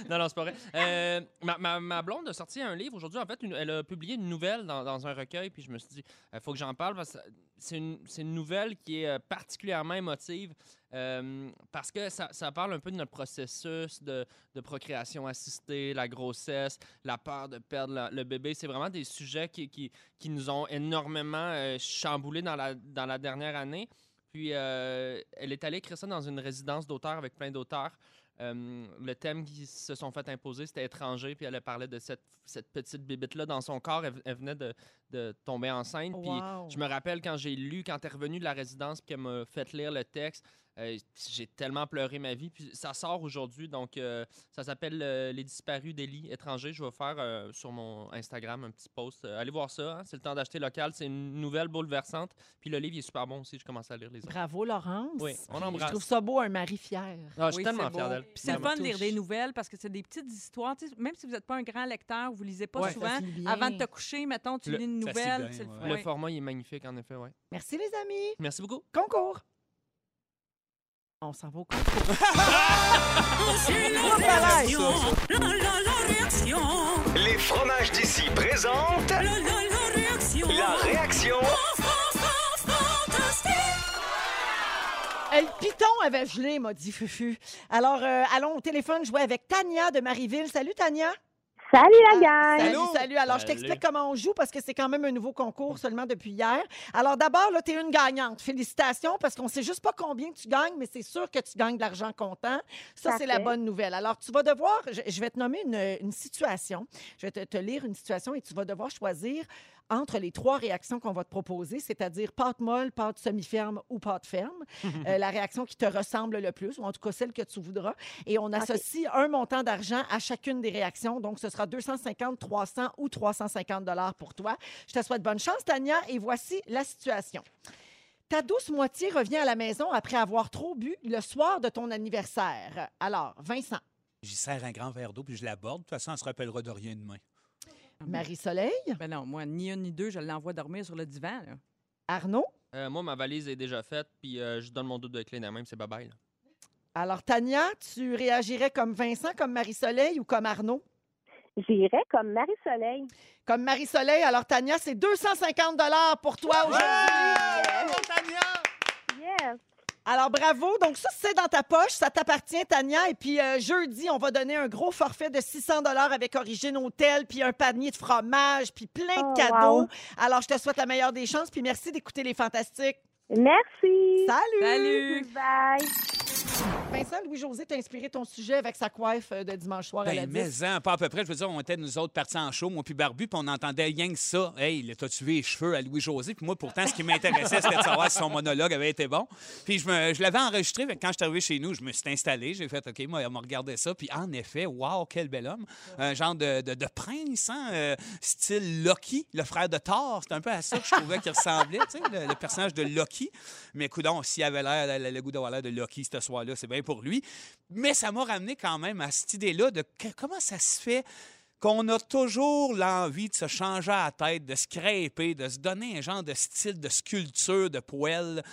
Non, non, c'est pas vrai. Euh, ma, ma- ma blonde a sorti un livre aujourd'hui. En fait, une- elle a publié une nouvelle dans, dans un recueil, puis je me suis dit, il faut que j'en parle parce que c'est une, c'est une nouvelle qui est euh, particulièrement émotive euh, parce que ça, ça parle un peu de notre processus de, de procréation assistée, la grossesse, la peur de perdre la- le bébé. C'est vraiment des sujets qui, qui, qui nous ont énormément euh, chamboulés dans la, dans la dernière année. Puis, euh, elle est allée écrire ça dans une résidence d'auteurs avec plein d'auteurs. Euh, le thème qui se sont fait imposer, c'était étranger, puis elle parlait de cette, cette petite bibite-là dans son corps. Elle, elle venait de, de tomber
Oh,
enceinte. Puis
Wow.
je me rappelle quand j'ai lu, quand elle est revenue de la résidence, puis qu'elle m'a fait lire le texte, euh, j'ai tellement pleuré ma vie. Puis ça sort aujourd'hui, donc euh, ça s'appelle euh, Les disparus d'Élie étrangers. Je vais faire euh, sur mon Instagram un petit post. Euh, allez voir ça, hein, c'est le temps d'acheter local. C'est une nouvelle bouleversante. Puis le livre il est super bon aussi, je commence à lire les autres.
Bravo, Laurence.
Oui, on
Je
embrasse.
trouve ça beau, un mari fier.
Ah, je suis
Oui,
tellement
c'est beau.
fier d'elle.
Puis c'est le
Vraiment.
fun de lire
touche.
des nouvelles parce que c'est des petites histoires. tu sais, même si vous n'êtes pas un grand lecteur, vous lisez pas
Ouais.
souvent.
Ça finit bien.
Avant de te coucher, mettons, tu
Le-
lis une
ça s'y
nouvelle.
donne,
c'est le fun.
ouais.
Le
Ouais.
format il est magnifique, en effet, ouais.
Merci, les amis.
Merci beaucoup.
Concours. On s'en va au concours.
Oh,
Les fromages d'ici présentent
La réaction
Euh, Le piton avait gelé, m'a dit Fufu. Alors, euh, allons au téléphone jouer avec Tania de Marieville. Salut, Tania. Ah,
Salut la gang!
Salut,
Allô?
salut. Alors, je
Salut.
t'explique comment on joue parce que c'est quand même un nouveau concours seulement depuis hier. Alors, d'abord, là, t'es une gagnante. Félicitations parce qu'on sait juste pas combien tu gagnes, mais c'est sûr que tu gagnes de l'argent comptant. Ça, c'est
Parfait.
la bonne nouvelle. Alors, tu vas devoir, je, je vais te nommer une, une situation. Je vais te, te lire une situation et tu vas devoir choisir entre les trois réactions qu'on va te proposer, c'est-à-dire pâte molle, pâte semi-ferme ou pâte ferme, Euh, la réaction qui te ressemble le plus, ou en tout cas celle que tu voudras et on associe un montant d'argent à chacune des réactions. Donc, ce sera 250, 300 ou 350 dollars pour toi. Je te souhaite bonne chance, Tania, et voici la situation. Ta douce moitié revient à la maison après avoir trop bu le soir de ton anniversaire. Alors, Vincent,
J'y sers un grand verre d'eau, puis je l'aborde. De toute façon, on se rappellera de rien demain.
Mhm.
Marie-Soleil,
Ben non, moi, ni une ni deux, je l'envoie dormir sur le divan. là.
Arnaud.
Euh, moi, ma valise est déjà faite, puis euh, je donne mon double de clé dans la même, c'est bye-bye. là.
Alors, Tania, tu réagirais comme Vincent, comme Marie-Soleil ou comme Arnaud?
J'irai comme Marie-Soleil.
Comme Marie-Soleil. Alors, Tania, c'est 250 dollars pour toi aujourd'hui.
Yes!
Alors, bravo. Donc, ça, c'est dans ta poche. Ça t'appartient, Tania. Et puis, euh, jeudi, on va donner un gros forfait de 600 avec Origine Hôtel, puis un panier de fromage, puis plein de
Oh,
cadeaux.
wow.
Alors, je te souhaite la meilleure des chances, puis merci d'écouter Les Fantastiques.
Merci!
Salut!
Salut!
Bye!
Vincent, Louis-José t'a inspiré ton sujet avec sa coiffe euh, de dimanche soir à la
Ben,
10.
mais en, pas à peu près. Je veux dire, on était nous autres partis en show, moi puis Barbu, puis on entendait rien que ça. Hey, il a tué les cheveux à Louis-José. Puis moi, pourtant, ce qui m'intéressait, c'était de savoir si son monologue avait été bon. Puis je, me- je l'avais enregistré. fait que quand je suis arrivé chez nous, je me suis installé. J'ai fait, OK, moi, on me regardait ça. Puis en effet, wow, quel bel homme. Un genre de, de- de prince, hein, euh, style Loki, le frère de Thor. C'est un peu à ça que je trouvais qu'il ressemblait, tu sais, le, le personnage de Loki. Mais coudon, s'il avait l'air, le, le goût d'avoir l'air de Loki ce soir-là, c'est bien pour lui. Mais ça m'a ramené quand même à cette idée-là de que- comment ça se fait qu'on a toujours l'envie de se changer à la tête, de se crêper, de se donner un genre de style de sculpture, de poêle.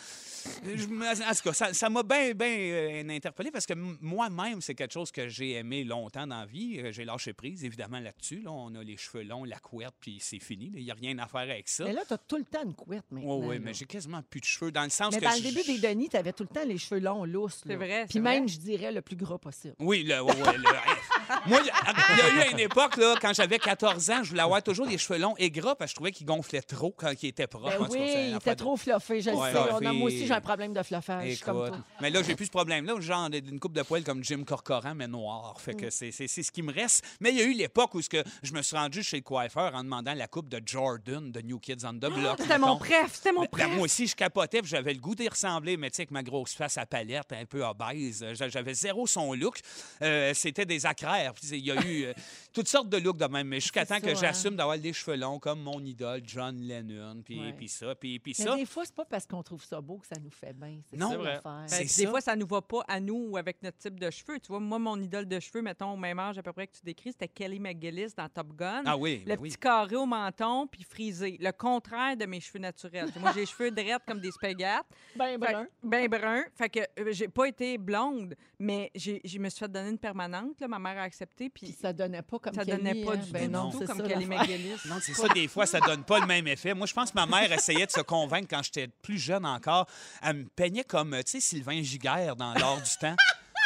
Je me- en tout cas, ça- ça m'a bien, bien euh, interpellé parce que m- moi-même, c'est quelque chose que j'ai aimé longtemps dans la vie. Euh, J'ai lâché prise, évidemment, là-dessus. Là, on a les cheveux longs, la couette, puis c'est fini. là. Il n'y a rien à faire avec ça.
Mais là, t'as tout le temps une couette maintenant.
Oui, oui,
là.
mais j'ai quasiment plus de cheveux dans le sens
Mais
que
dans le
je-
début des Denis, t'avais tout le temps les cheveux longs, lousses. là.
C'est vrai,
Puis
c'est vrai.
même, je dirais, le plus gras possible.
Oui, le, ouais, ouais, le- hey. Moi, il y a- il y a eu à une époque, là, quand j'avais 14 ans, je voulais avoir toujours les cheveux longs et gras parce que je trouvais qu'ils gonflaient trop quand ils étaient propres.
Ben
En tout cas,
oui,
c'est une
il
affaire
était
de-
trop fluffé, je le
Ouais,
sais. On a- moi
fluffé.
aussi, j'ai un problème de fluffage. Je suis comme
Écoute.
toi.
Mais là, j'ai plus ce problème-là, genre d'une coupe de poils comme Jim Corcoran, mais noir. Fait
Mm.
que c'est c'est- c'est ce qui me reste. Mais il y a eu l'époque où ce que je me suis rendu chez le coiffeur en demandant la coupe de Jordan de New Kids
Ah,
on the Block.
C'était mon
mettons.
préf, c'était mon
Ben, ben,
préf.
moi aussi, je capotais, puis j'avais le goût d'y ressembler, mais tu sais, avec ma grosse face à palette, un peu obèse, euh, j'a- j'avais zéro son look. Euh, C'était des acraires. Puis, Il y a eu euh, toutes sortes de looks de même, mais jusqu'à
C'est ça,
temps que
hein.
j'assume d'avoir des cheveux longs comme mon idole, John Lennon, puis
Ouais.
puis ça, puis puis
Mais
ça.
des fois, c'est pas parce qu'on trouve ça beau que ça nous fait bien. C'est
Non.
ça
C'est vrai.
l'affaire.
Ben,
C'est
des
ça.
fois, ça nous va pas à nous ou avec notre type de cheveux. Tu vois, moi, mon idole de cheveux, mettons, au même âge à peu près que tu décris, c'était Kelly McGillis dans Top Gun.
Ah oui,
Le
ben oui.
petit carré au menton, puis frisé. Le contraire de mes cheveux naturels. Tu vois, moi, j'ai les cheveux drettes comme des spaghettis.
Ben,
Fait-
brun.
Ben brun. Fait que euh, j'ai pas été blonde, mais j'ai- je me suis fait donner une permanente. là. Ma mère a accepté,
Puis
puis
ça donnait pas comme
ça donnait
Kelly,
pas
hein.
du
Ben
tout,
non,
du tout
c'est
comme
ça,
Kelly
l'affaire.
McGillis.
Non, c'est ça, des fois, ça donne pas le même effet. Moi, je pense que ma mère essayait de se convaincre quand j'étais plus jeune encore. Elle me peignait comme, euh, tu sais, Sylvain Giguère dans l'or du temps.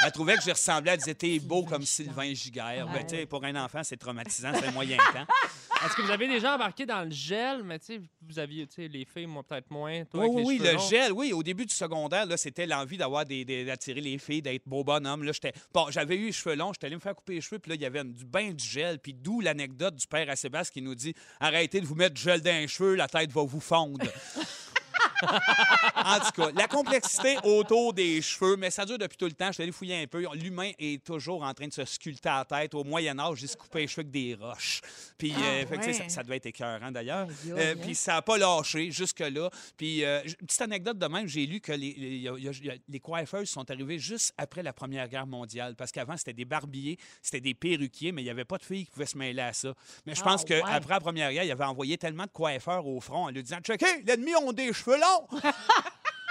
Elle trouvait que je ressemblais, elle disait, t'es beau comme Sylvain Giguère. Ben, tu sais, pour un enfant, c'est traumatisant, c'est un moyen temps.
Est-ce que vous avez déjà embarqué dans le gel, mais tu sais, vous aviez, tu sais, les filles, moi peut-être moins. Toi,
Oui,
avec
oui,
les
oui,
cheveux
le
longs.
gel, oui, au début du secondaire, là, c'était l'envie d'avoir des, des- d'attirer les filles, d'être beau bonhomme. Là, j'étais, bon, j'avais eu les cheveux longs, j'étais allé me faire couper les cheveux, puis là, il y avait une- du bain du gel, puis d'où l'anecdote du père à Sébastien qui nous dit arrêtez de vous mettre du gel dans les cheveux, la tête va vous fondre. en tout cas, la complexité autour des cheveux, mais ça dure depuis tout le temps. Je suis allé fouiller un peu. L'humain est toujours en train de se sculpter à la tête. Au Moyen Âge, il se coupait les cheveux avec des roches. Puis, euh, fait que, tu sais, ça,
ouais.
ça devait être écœurant d'ailleurs.
Ah, Aïe,
Euh,
aïe, hein.
puis puis ça n'a pas lâché jusque-là. Puis, euh, j- petite anecdote de même, j'ai lu que les, les- y a- y a- y a- les coiffeuses sont arrivées juste après la Première Guerre mondiale. Parce qu'avant, c'était des barbiers, c'était des perruquiers, mais il n'y avait pas de filles qui pouvaient se mêler à ça. Mais je
Ah,
pense que
ouais.
qu'après la Première Guerre, il avait envoyé tellement de coiffeurs au front en lui disant Checkez, l'ennemi ont des cheveux longs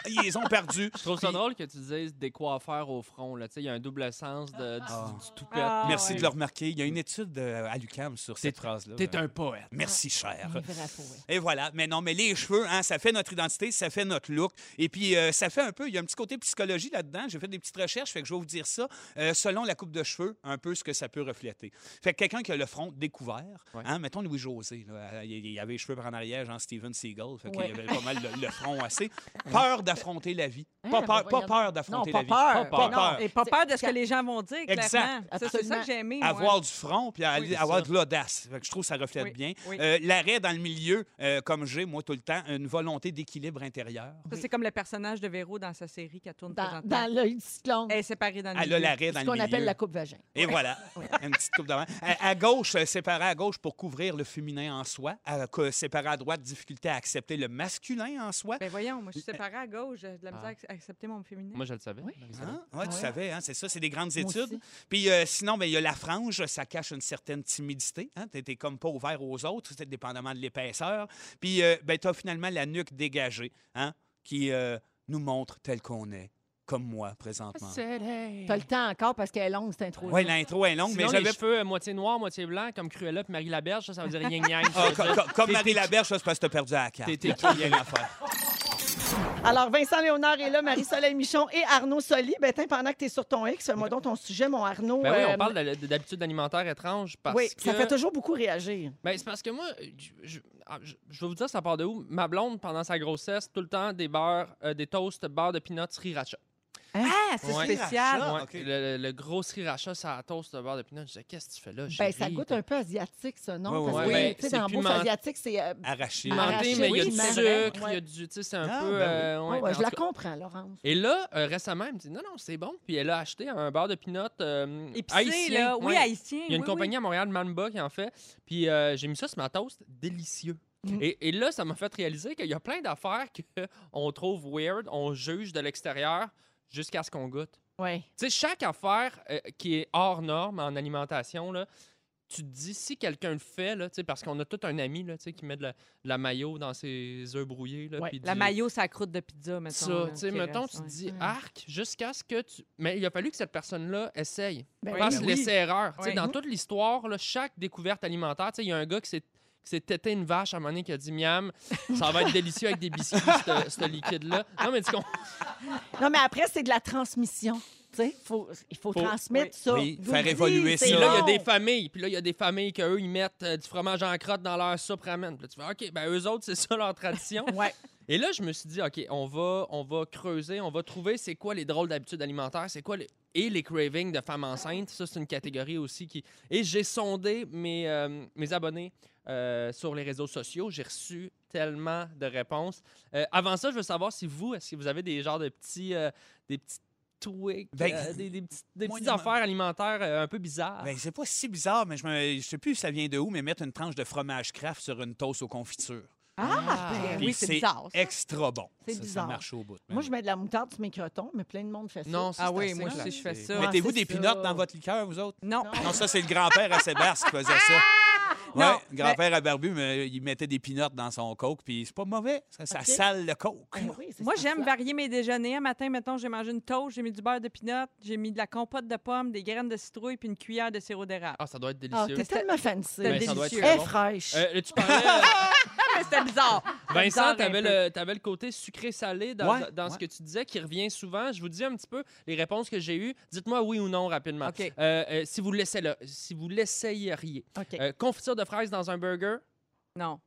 Ils les ont perdus.
Je trouve ça
Puis-
drôle que tu dises des coiffeurs au front, là. Tu sais, il y a un double sens de, du, du toupette.
Ah,
Merci
ouais.
de le remarquer. Il y a une étude euh, à l'UCAM sur cette phrase-là.
T'es un poète.
Merci,
Ah.
cher.
Mais vrai, pour vrai.
Et voilà. Mais non, mais les cheveux, hein, ça fait notre identité, ça fait notre look. Et puis, euh, ça fait un peu, il y a un petit côté psychologie là-dedans. J'ai fait des petites recherches, fait que je vais vous dire ça. Euh, selon la coupe de cheveux, un peu ce que ça peut refléter. Fait que quelqu'un qui a le front découvert,
Ouais.
hein, mettons Louis-José, là, euh, il il avait les cheveux par en arrière, genre Steven Seagal, fait
Ouais.
qu'il avait pas mal le, le front assez. Peur d'affronter la vie.
Hein,
Pas
ben
peur, pas
voyons.
peur
Non,
d'affronter
pas
la vie.
peur. Ben
Pas
Non,
peur.
Et pas
C'est-
peur de ce que les gens vont dire,
Exact.
clairement. Ça, C'est ça
Absolument.
que j'ai aimé. moi.
avoir du front puis à-
Oui,
avoir
ça.
de l'audace. Fait que Je trouve que ça reflète
Oui,
bien.
oui.
Euh, L'arrêt dans le milieu, euh, comme j'ai, moi, tout le temps, une volonté d'équilibre intérieur.
Ça, c'est comme le personnage de Véro dans sa série qu'elle tourne
Dans,
présentement.
dans l'œil du cyclone.
Elle est séparée dans le
Elle a
milieu.
l'arrêt dans
Ce
le
qu'on
milieu.
appelle la coupe vagin.
Et voilà, une petite coupe d'avant. À, à gauche, euh, séparé à gauche pour couvrir le féminin en soi. À, co- séparé à droite, difficulté à accepter le masculin en soi.
Ben voyons, moi, je suis séparée à gauche. J'ai de la misère à ac- accepter mon féminin.
Moi, je le savais.
Hein? Ouais, tu savais, hein, c'est ça, c'est des grandes
Moi
études.
aussi.
Puis euh, sinon, ben, il y a la frange, ça cache une certaine timidité. Hein? Tu n'es comme pas ouvert aux autres, c'est dépendamment de l'épaisseur. Puis euh, ben, tu as finalement la nuque dégagée hein, qui euh, nous montre tel qu'on est, comme moi présentement.
T'as le temps encore parce qu'elle est longue, c'est un trou.
Oui, l'intro est longue,
Sinon,
mais
les
j'avais.
cheveux euh, moitié noir, moitié blanc, comme Cruella puis Marie Laberge, ça, ça veut dire yin yang.
Ah, co- co- comme Marie Laberge, ça, c'est parce que tu as perdu à la carte.
T'es- t'es-
Il y a rien à faire.
Alors, Vincent Léonard est là, Marie-Soleil Michon et Arnaud Soli. Ben, tiens, pendant que t'es sur ton X, fais-moi donc ton sujet, mon Arnaud.
Ben oui,
Euh,
on parle de- de- d'habitudes alimentaires étranges parce
oui,
que...
ça fait toujours beaucoup réagir.
Ben, c'est parce que moi, je, je- ah, je- je vais vous dire ça part de où. Ma blonde, pendant sa grossesse, tout le temps des beurres, euh, des toasts, beurre de peanuts, sriracha.
Hein?
Ah, c'est
Ouais.
spécial.
Ah,
Ouais,
ok.
le, le- le gros sriracha, ça toast de beurre de pinot. Je disais, qu'est-ce que tu fais là?
Ben,
chérie?
ça goûte un peu asiatique, ça, non?
Ouais,
Parce
ouais,
que,
ben,
tu sais,
c'est
dans la bouffe
piment-
asiatique, c'est... euh,
Arraché.
Arraché,
pimenté, mais il y a
oui,
du
mais-
sucre, il y
Ouais.
a du. Tu sais, c'est un
Ah,
peu.
ben oui.
euh, ouais,
ouais,
en
je la
tout cas.
comprends, Laurence.
Et là, euh, récemment, elle me dit non, non, c'est bon. Puis elle a acheté un beurre de pinot euh,
Épicé,
haïtien.
là. Oui,
Ouais.
haïtien.
Il y a une
oui, oui.
compagnie à Montréal, Mamba, qui en fait. Puis euh, j'ai mis ça sur ma toast. Délicieux.
Mm.
Et, et là, ça m'a fait réaliser qu'il y a plein d'affaires qu'on trouve weird, on juge de l'extérieur jusqu'à ce qu'on goûte.
Oui.
Tu sais, chaque affaire euh, qui est hors norme en alimentation, là, tu te dis si quelqu'un le fait, là, tu sais, parce qu'on a tout un ami là, tu sais, qui met de la, de la mayo dans ses œufs brouillés. Là,
Ouais,
puis
La
du-
maillot, ça croûte de pizza, mettons.
ça,
là,
tu sais,
qui
mettons,
reste,
tu te
ouais. Mm.
dis
Ouais.
arc jusqu'à ce que tu. Mais il a fallu que cette personne-là essaye.
Ben
Passe
oui.
l'essai-erreur. Tu sais,
Oui.
Dans toute l'histoire, là, chaque découverte alimentaire, tu sais, il y a un gars qui s'est qui s'est tété une vache à un moment donné qui a dit miam, ça va être délicieux avec des biscuits, ce ce liquide-là. Non, mais tu comprends.
Non, mais après, c'est de la transmission. Tu sais, faut- il faut,
Faut-
transmettre
oui.
ça.
Oui,
Vous
faire
le dites,
évoluer
c'est
ça.
Puis là, il y a
bon.
des familles. Puis là, il y a des familles qu'eux, ils mettent euh, du fromage en crotte dans leur soupe ramen. Puis là, tu fais, OK, ben eux autres, c'est ça leur tradition.
Ouais.
Et là, je me suis dit, OK, on va, on va creuser, on va trouver c'est quoi les drôles d'habitudes alimentaires, c'est quoi les... Et les cravings de femmes enceintes. Ça, c'est une catégorie aussi qui... Et j'ai sondé mes, euh, mes abonnés euh, sur les réseaux sociaux. J'ai reçu tellement de réponses. Euh, avant ça, je veux savoir si vous, est-ce que vous avez des genres de petits... euh, des petits twigs,
Ben,
euh, des, des petits- des
moi,
petites
il y en a-
affaires alimentaires euh, un peu bizarres.
Ben, c'est pas si bizarre, mais je, me, je sais plus ça vient de où, mais mettre une tranche de fromage Kraft sur une toast aux confitures.
Ah,
Euh,
ben
Puis
oui, c'est
c'est
bizarre. ça.
extra bon.
C'est
Ça,
bizarre.
Ça marche au bout.
Moi, je mets de la moutarde sur mes crotons, mais plein de monde fait ça.
Non, ça,
Ah
c'est
oui,
assez
moi
clair.
aussi, je fais
C'est-
ça.
Mettez-vous
c'est
des
ça.
pinottes dans votre liqueur, vous autres?
Non.
Non, ça, c'est le grand-père à Sébastien qui faisait ça. Ouais,
Non,
grand-père à Barbu, mais il mettait des pinottes dans son coke, puis c'est pas mauvais. Ça, ça
Ok.
sale le coke.
Ben oui, c'est
Moi,
ça.
j'aime varier mes déjeuners. Un matin, mettons, j'ai mangé une toast, j'ai mis du beurre de pinot, j'ai mis de la compote de pommes, des graines de citrouille puis une cuillère de sirop d'érable.
Ah, ça doit être
Ah,
délicieux.
t'es tellement fancy.
C'était
Ben, ça doit être
délicieux.
Elle
très
est
bon.
fraîche.
Euh, tu parlais, euh,
Mais c'était bizarre.
Vincent,
Bizarre
tu avais,
un peu.
le côté sucré-salé dans,
Ouais,
dans
ouais.
ce que tu disais qui revient souvent. Je vous dis un petit peu les réponses que j'ai eues. Dites-moi oui ou non rapidement.
OK.
Euh, euh, si vous l'essayez- si vous l'essayeriez.
OK.
Euh, confiture de fraises dans un burger.
Non.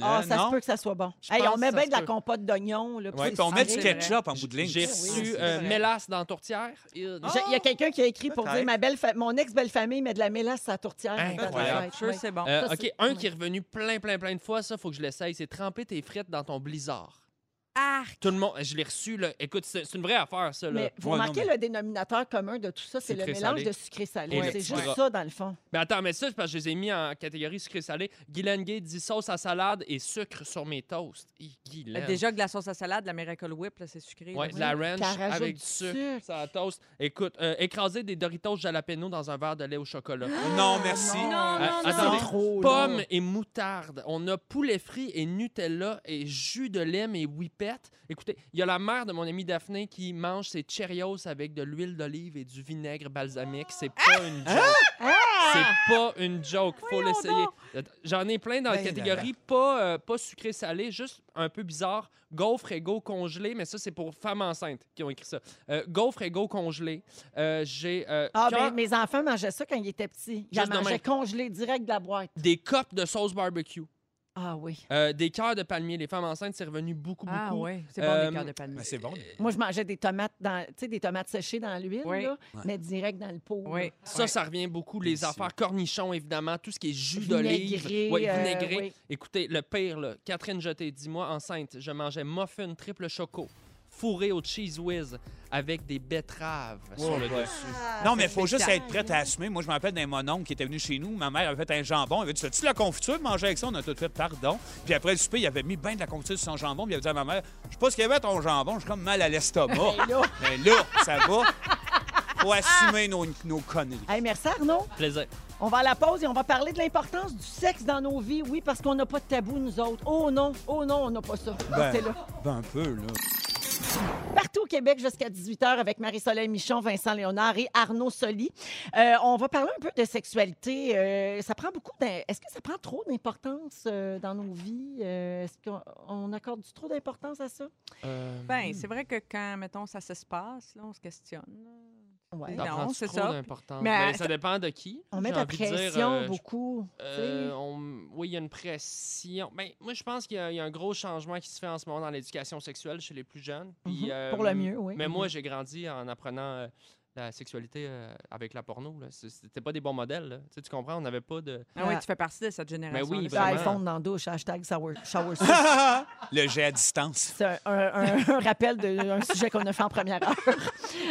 Ah,
Euh,
ça se
non.
peut que ça soit bon.
Je
Hey, on
pense
met
que ça
bien
se
de la
peut.
compote d'oignon. là,
Ouais,
puis
puis on
c'est
met du
salé.
ketchup en bout de ligne.
J'ai
Ah Oui,
reçu
c'est
euh,
vrai.
mélasse dans tourtière. Et-
Je- Il y a quelqu'un qui a écrit pour
Peut-être.
dire ma belle fa- mon ex-belle-famille met de la mélasse à la tourtière. pour faire de la
Incroyable.
fête.
Je suis sûr que c'est bon.
Euh,
ça,
OK,
c'est-
un qui est revenu plein, plein, plein de fois, ça, faut que je l'essaye, c'est tremper tes frites dans ton blizzard.
Arc.
Tout le monde, je l'ai reçu, là. Écoute, c'est c'est une vraie affaire, ça, là.
Mais vous
Ouais, non,
remarquez
mais-
le dénominateur commun de tout ça, c'est le
Sucré-salé.
mélange de sucré-salé.
Et le
C'est
petit
juste
gras.
ça, dans le fond.
Mais attends, mais ça, c'est parce que je les ai mis en catégorie sucré-salé. Guylaine Gay dit sauce à salade et sucre sur mes toasts. Hi, Guylaine.
Ben, Ah, Déjà que la sauce à salade, la Miracle Whip, là, c'est sucré.
Ouais,
là.
de la ranch
Qu'elle rajoute
avec
du
du sucre.
sucre.
Ça toast. Écoute, euh, écraser des Doritos jalapeno dans un verre de lait au chocolat.
Non, merci.
Non,
Ah,
non,
attendez.
non.
C'est trop, là.
Pommes et moutarde. On a poulet frit et Nutella et jus de lime et whippette. Écoutez, il y a la mère de mon amie Daphné qui mange ses Cheerios avec de l'huile d'olive et du vinaigre balsamique. C'est
Ah!
pas une joke. C'est pas une joke. Faut l'essayer. J'en ai plein dans la
Ben là
catégorie pas, euh, pas sucré-salé, juste un peu bizarre. Gaufre et go congelé, mais ça, c'est pour femmes enceintes qui ont écrit ça. Euh, gaufre et go congelé. Euh, J'ai euh,
Ah,
cœur-
ben, mes enfants mangeaient ça quand ils étaient petits. Ils la
Juste de
mangeaient
même.
congelée direct de la boîte.
des copes de sauce barbecue.
Ah oui.
Euh, des cœurs de palmier. Les femmes enceintes, c'est revenu beaucoup, beaucoup.
Ah oui, c'est bon
Euh,
les cœurs de palmier.
Mais Ah, c'est bon.
Moi, je mangeais des tomates dans, tu sais, des tomates séchées dans l'huile,
Oui.
là,
Ouais.
mais direct dans le pot. là.
Oui.
Ça, ça revient beaucoup. Les
Délicieux.
affaires cornichons, évidemment, tout ce qui est jus d'olive.
Vinaigré.
Ouais,
euh,
vinaigré.
oui.
Écoutez, le pire, là, Catherine Jeté, dis-moi, enceinte, je mangeais muffin triple choco fourré au cheese whiz avec des betteraves sur le
ouais.
dessus.
Ah.
Non, mais il faut
c'est
juste
spécial.
être prête à assumer. Moi, je me rappelle d'un mononcle qui était venu chez nous. Ma mère avait fait un jambon. Elle avait dit Tu la confiture Manger avec ça, on a tout fait, pardon. Puis après le souper, il avait mis bien de la confiture sur son jambon. Puis il avait dit à ma mère Je sais pas ce qu'il y avait à ton jambon, je suis comme mal à l'estomac. mais là, ça va. Faut assumer nos, nos conneries.
Hey, merci, Arnaud.
Plaisir.
On va à la pause et on va parler de l'importance du sexe dans nos vies. Oui, parce qu'on n'a pas de tabou, nous autres. Oh non, oh non, on n'a pas ça.
Ben,
C'est là.
ben un peu, là.
partout au Québec jusqu'à 18h avec Marie-Soleil Michon, Vincent Léonard et Arnaud Soli. Euh, on va parler un peu de sexualité. Euh, ça prend beaucoup d'im- Est-ce que ça prend trop d'importance euh, dans nos vies? Euh, Est-ce qu'on on accorde du trop d'importance à ça?
Euh,
Ben,
Ben, c'est vrai que quand, mettons, ça se passe, là, on se questionne. là.
Ouais.
T'en
Non,
prends-tu
c'est
trop
ça.
d'importance?
Mais,
Ben,
euh,
ça dépend de qui.
On met
J'ai
de la
envie de dire,
pression
euh, je-
beaucoup. tu sais.
euh, on- Oui, il y a une pression. Ben, moi, je pense qu'il y, a- il y a un gros changement qui se fait en ce moment dans l'éducation sexuelle chez les plus jeunes. Puis,
Mhm.
euh,
Pour le mieux, oui. Mhm.
Mais moi, j'ai grandi en apprenant euh, la sexualité euh, avec la porno. là. C'est- C'était pas des bons modèles. là. Tu sais, tu comprends? On n'avait pas de.
Ah oui, tu fais partie de cette génération.
oui,
Ben,
vraiment.
iPhone dans la douche, hashtag shower, shower suit.
Le jet à distance.
C'est un, un- un rappel d'un sujet qu'on a fait en première heure.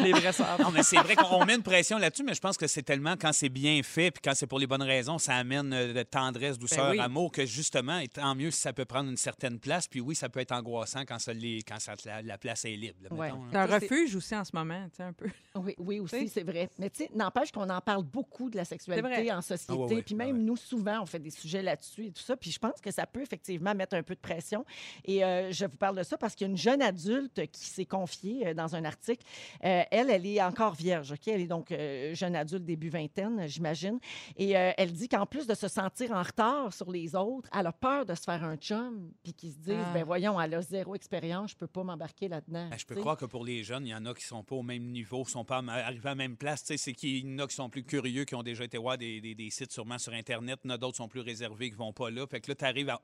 Les vrais savants.
Non, mais c'est vrai qu'on on met une pression là-dessus, mais je pense que c'est tellement quand c'est bien fait puis quand c'est pour les bonnes raisons, ça amène euh, de tendresse, douceur,
Ben oui.
amour, que justement, et tant mieux si ça peut prendre une certaine place. Puis oui, ça peut être angoissant quand, ça l'est- quand ça- la, la place est libre. là,
Ouais.
mettons, hein. là.
C'est un
Ça, c'est-
refuge aussi en ce moment, tu sais, un peu.
Oui, oui
Oui.
aussi, c'est vrai. Mais tu sais, n'empêche qu'on en parle beaucoup de la
C'est vrai.
sexualité en société.
Ah ouais, ouais,
Puis
ouais,
même
ouais.
nous, souvent, on fait des sujets là-dessus et tout ça. Puis je pense que ça peut effectivement mettre un peu de pression. Et euh, je vous parle de ça parce qu'il y a une jeune adulte qui s'est confiée euh, dans un article. Euh, elle, elle est encore vierge, OK? Elle est donc euh, jeune adulte, début vingtaine, j'imagine. Et euh, elle dit qu'en plus de se sentir en retard sur les autres, elle a peur de se faire un chum. Puis qu'ils se disent,
Ah.
ben voyons, elle a zéro expérience, je peux pas m'embarquer là-dedans.
Ben, je peux
Tu sais.
croire que pour les jeunes, il y en a qui sont pas au même niveau, sont pas am- arrivés à la même place. Tu sais, C'est qu'il y en a qui sont plus curieux, qui ont déjà été voir des, des- des sites sûrement sur Internet. Il y en a d'autres qui sont plus réservés, qui vont pas là. Fait que là, tu arrives à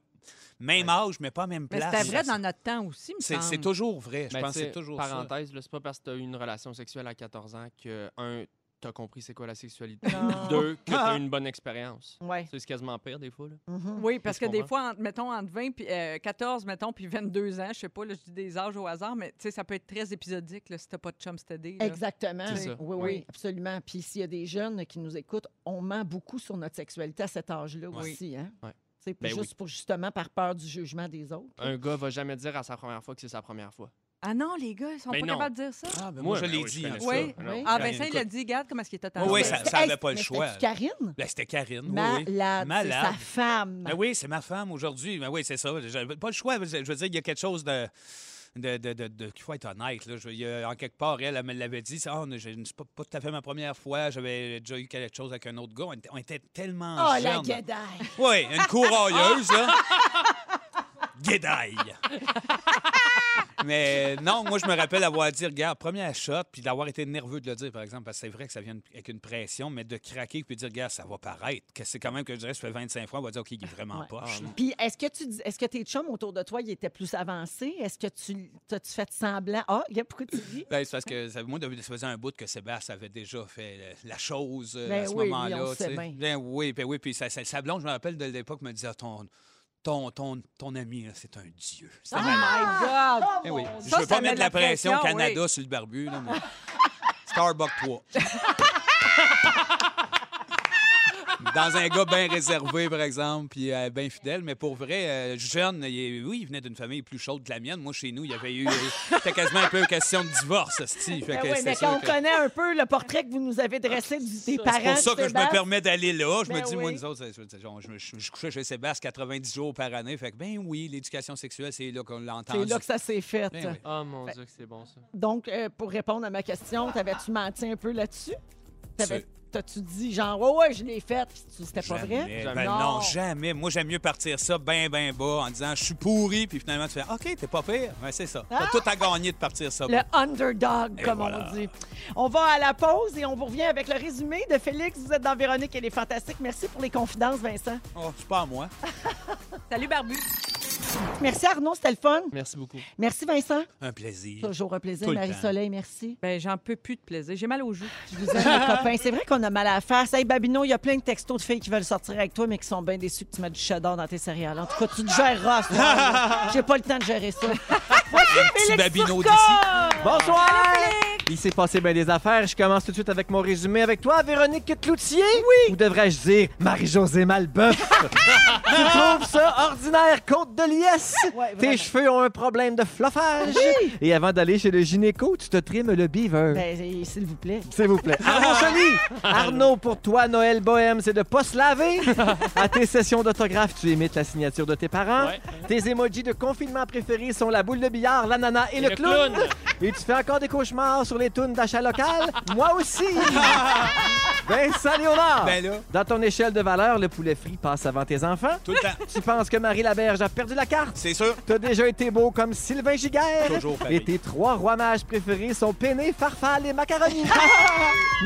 même âge, mais pas à même
Mais
place.
c'était vrai dans notre temps aussi, me
C'est
semble.
c'est toujours vrai. Je
Ben,
pense
tu
que
sais,
c'est toujours ça.
Parenthèse, là, c'est pas parce que t'as eu une relation sexuelle à 14 ans que, un, t'as compris c'est quoi la sexualité.
Non.
Deux, que t'as
Ah.
eu une bonne expérience.
Ouais.
C'est quasiment pire des fois. Là.
Mhm.
Oui, parce que
Est-ce qu'on
des
va?
fois, entre- mettons, entre 20 puis euh, 14, mettons, puis 22 ans, je sais pas, là, je dis des âges au hasard, mais tu sais, ça peut être très épisodique là, si t'as pas de chum steady. là.
Exactement.
C'est
Oui,
ça.
oui, oui, absolument. Puis s'il y a des jeunes qui nous écoutent, on ment beaucoup sur notre sexualité à cet âge-là
Ouais.
aussi. Hein?
Ouais.
Tu sais,
Ben
juste pour justement par peur du jugement des autres.
Un gars va jamais dire à sa première fois que c'est sa première fois.
Ah non, les gars, ils sont
Ben
pas
non.
capables de dire ça.
Ah, ben moi, je
ben
l'ai
oui,
dit.
connais
hein.
ça.
Oui,
Non,
oui.
Ah,
Ben,
Vincent, il
écoute.
a dit, regarde comment est-ce qu'il était
Oui, oui,
tendance.
ça- ça
Hey,
avait pas le
mais
choix.
c'était-tu Karine?
Ben, C'était Karine. oui, oui.
Malade. c'est
Malade.
Sa femme.
Ben oui, c'est ma femme aujourd'hui. Ben oui, c'est ça. J'avais pas le choix. Je je veux dire, il y a quelque chose de. De, de, de- de- qu'il faut être honnête. Là. Je veux- il y a- en quelque part, elle, elle me l'avait dit. Ah, on a- je- c'est pas, pas tout à fait ma première fois. J'avais déjà eu quelque chose avec un autre gars. On était, on était tellement
oh, la
jeunes.
guédaille!
Oui, une courailleuse, là. Guédaille. Mais non, moi, je me rappelle avoir dit, regarde, première shot, puis d'avoir été nerveux de le dire, par exemple, parce que c'est vrai que ça vient avec une pression, mais de craquer, puis de dire, regarde, ça va paraître. Que c'est quand même que je dirais, je fais 25 fois, on va dire, OK, il est vraiment
Ouais.
poche. là.
Puis est-ce que tu dis- est-ce que tes chums autour de toi, ils étaient plus avancés? Est-ce que tu t'as-tu fait semblant? Ah, il y a pourquoi tu dis?
Ben, c'est parce que ça- moi, ça faisait un bout que Sébastien avait déjà fait euh, la chose euh,
Ben
à ce
oui, lui,
moment-là.
on le sait
tu sais.
bien.
Ben oui, ben oui. Puis ça, ça- sa blonde, je me rappelle de l'époque, me disait, Ah, ton, ton, ton, ton ami, là, c'est un dieu.
Ah!
C'est
Oh
vraiment-
Ah, my God!
Eh oui.
Ça,
je veux
ça
pas
met
mettre
de
de la
la
pression,
pression,
Canada sur le barbu. Là, mais- Starbucks 3. Dans un gars bien réservé, par exemple, puis euh, bien fidèle. Mais pour vrai, euh, jeune, il est- oui, il venait d'une famille plus chaude que la mienne. Moi, chez nous, il y avait eu. C'était quasiment un peu question de divorce, Steve.
Ben oui, mais quand on connaît un peu le portrait que vous nous avez dressé du- des parents.
Ah, C'est pour
de
ça que je me
Sébastien,
permets d'aller là. Je me
Ben
dis, moi,
oui.
nous autres, c'est- c'est- on- je, je- je couchais chez Sébastien 90 jours par année. Fait que, ben oui, l'éducation sexuelle, c'est là qu'on l'entend.
C'est là que ça s'est fait.
Ben oui.
Oh mon Dieu, que c'est bon ça.
Donc, euh, pour répondre à ma question, t'avais-tu menti un peu là-dessus? T'avais-
C'est-
T'as-tu dit genre, ouais, ouais, je l'ai faite, puis tu- c'était pas vrai?
Jamais.
Jamais.
Ben
Non.
non. jamais. Moi, j'aime mieux partir ça ben, ben bas en disant je suis pourri, puis finalement, tu fais OK, t'es pas pire. Ben, c'est ça. T'as tout à gagner de partir ça.
Ah. Le underdog,
Et
comme
voilà.
on dit. On va à la pause et on vous revient avec le résumé de Félix. Vous êtes dans Véronique, elle est fantastique. Merci pour les confidences, Vincent.
Oh, c'est pas à moi.
Salut, Barbu.
Merci Arnaud, c'était le fun.
Merci beaucoup.
Merci Vincent.
Un plaisir.
Toujours un plaisir,
Tout le
Marie-Soleil, merci.
Ben, j'en peux plus de plaisir. J'ai mal aux joues.
Je vous aime, les copains. C'est vrai qu'on a mal à la face. Hey, Babino, il y a plein de textos de filles qui veulent sortir avec toi, mais qui sont bien déçues que tu mets du cheddar dans tes céréales. En tout cas, tu te géreras. ce soir-là. J'ai pas le temps de gérer ça.
Petit babino d'ici.
Bonsoir! Il s'est passé bien des affaires. Je commence tout de suite avec mon résumé avec toi, Véronique Cloutier. Oui! Ou devrais-je dire Marie-Josée Malbeuf? tu trouves ça ordinaire, côte de liesse?
Ouais, vraiment.
Tes cheveux ont un problème de fluffage. Et avant d'aller chez le gynéco, tu te trimes le beaver.
Ben, eh, s'il vous plaît.
S'il vous plaît. Arnaud Soli! Arnaud, pour toi, Noël Bohème, c'est de pas se laver. À tes sessions d'autographe, tu imites la signature de tes parents.
Ouais.
Tes emojis de confinement préférés sont la boule de billard, l'ananas et, le,
le
clown.
clown.
Et tu fais encore des cauchemars sur les tunes d'achat local? Moi aussi! Vincent Léonard!
Ben là.
Dans ton échelle de valeur, le poulet frit passe avant tes enfants.
Tout le temps.
Tu penses que Marie Laberge a perdu la carte?
C'est sûr.
T'as déjà été beau comme Sylvain Giguère.
Toujours, Fabrice.
Et tes trois rois mages préférés sont Péné, Farfalle et Macaroni.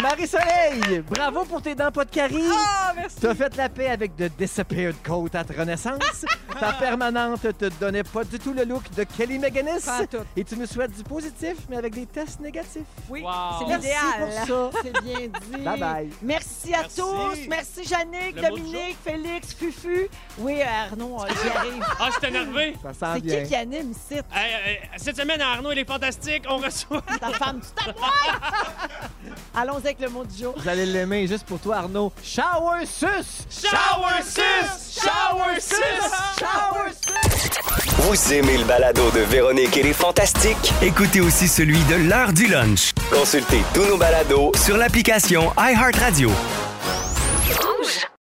Marie-Soleil, bravo pour tes dents pas de caries.
Ah, merci.
T'as fait la paix avec The Disappeared Coat à ta renaissance. Ta permanente te donnait pas du tout le look de Kelly McGinnis.
Pas en tout.
Et tu nous souhaites du positif, mais avec des tests négatifs.
Oui,
Wow.
c'est
Merci
l'idéal.
pour ça. C'est bien dit.
Bye bye.
Merci à
Merci.
tous. Merci, Yannick,
Le mot du
Dominique, Félix, Fufu. Oui, Arnaud, euh, j'y arrive.
Ah, je suis énervé.
Ça sent
C'est
bien.
qui qui anime ici?
Hey, hey, cette semaine, à Arnaud, il est fantastique. On reçoit.
Ta femme, tu tapes Allons-y avec le mot du jour.
Vous allez l'aimer juste pour toi, Arnaud. Shower sus!
Shower 6! Shower 6!
Shower
Vous aimez le balado de Véronique et les Fantastiques?
Écoutez aussi celui de l'heure du lunch
Consultez tous nos balados
sur l'application iHeartRadio.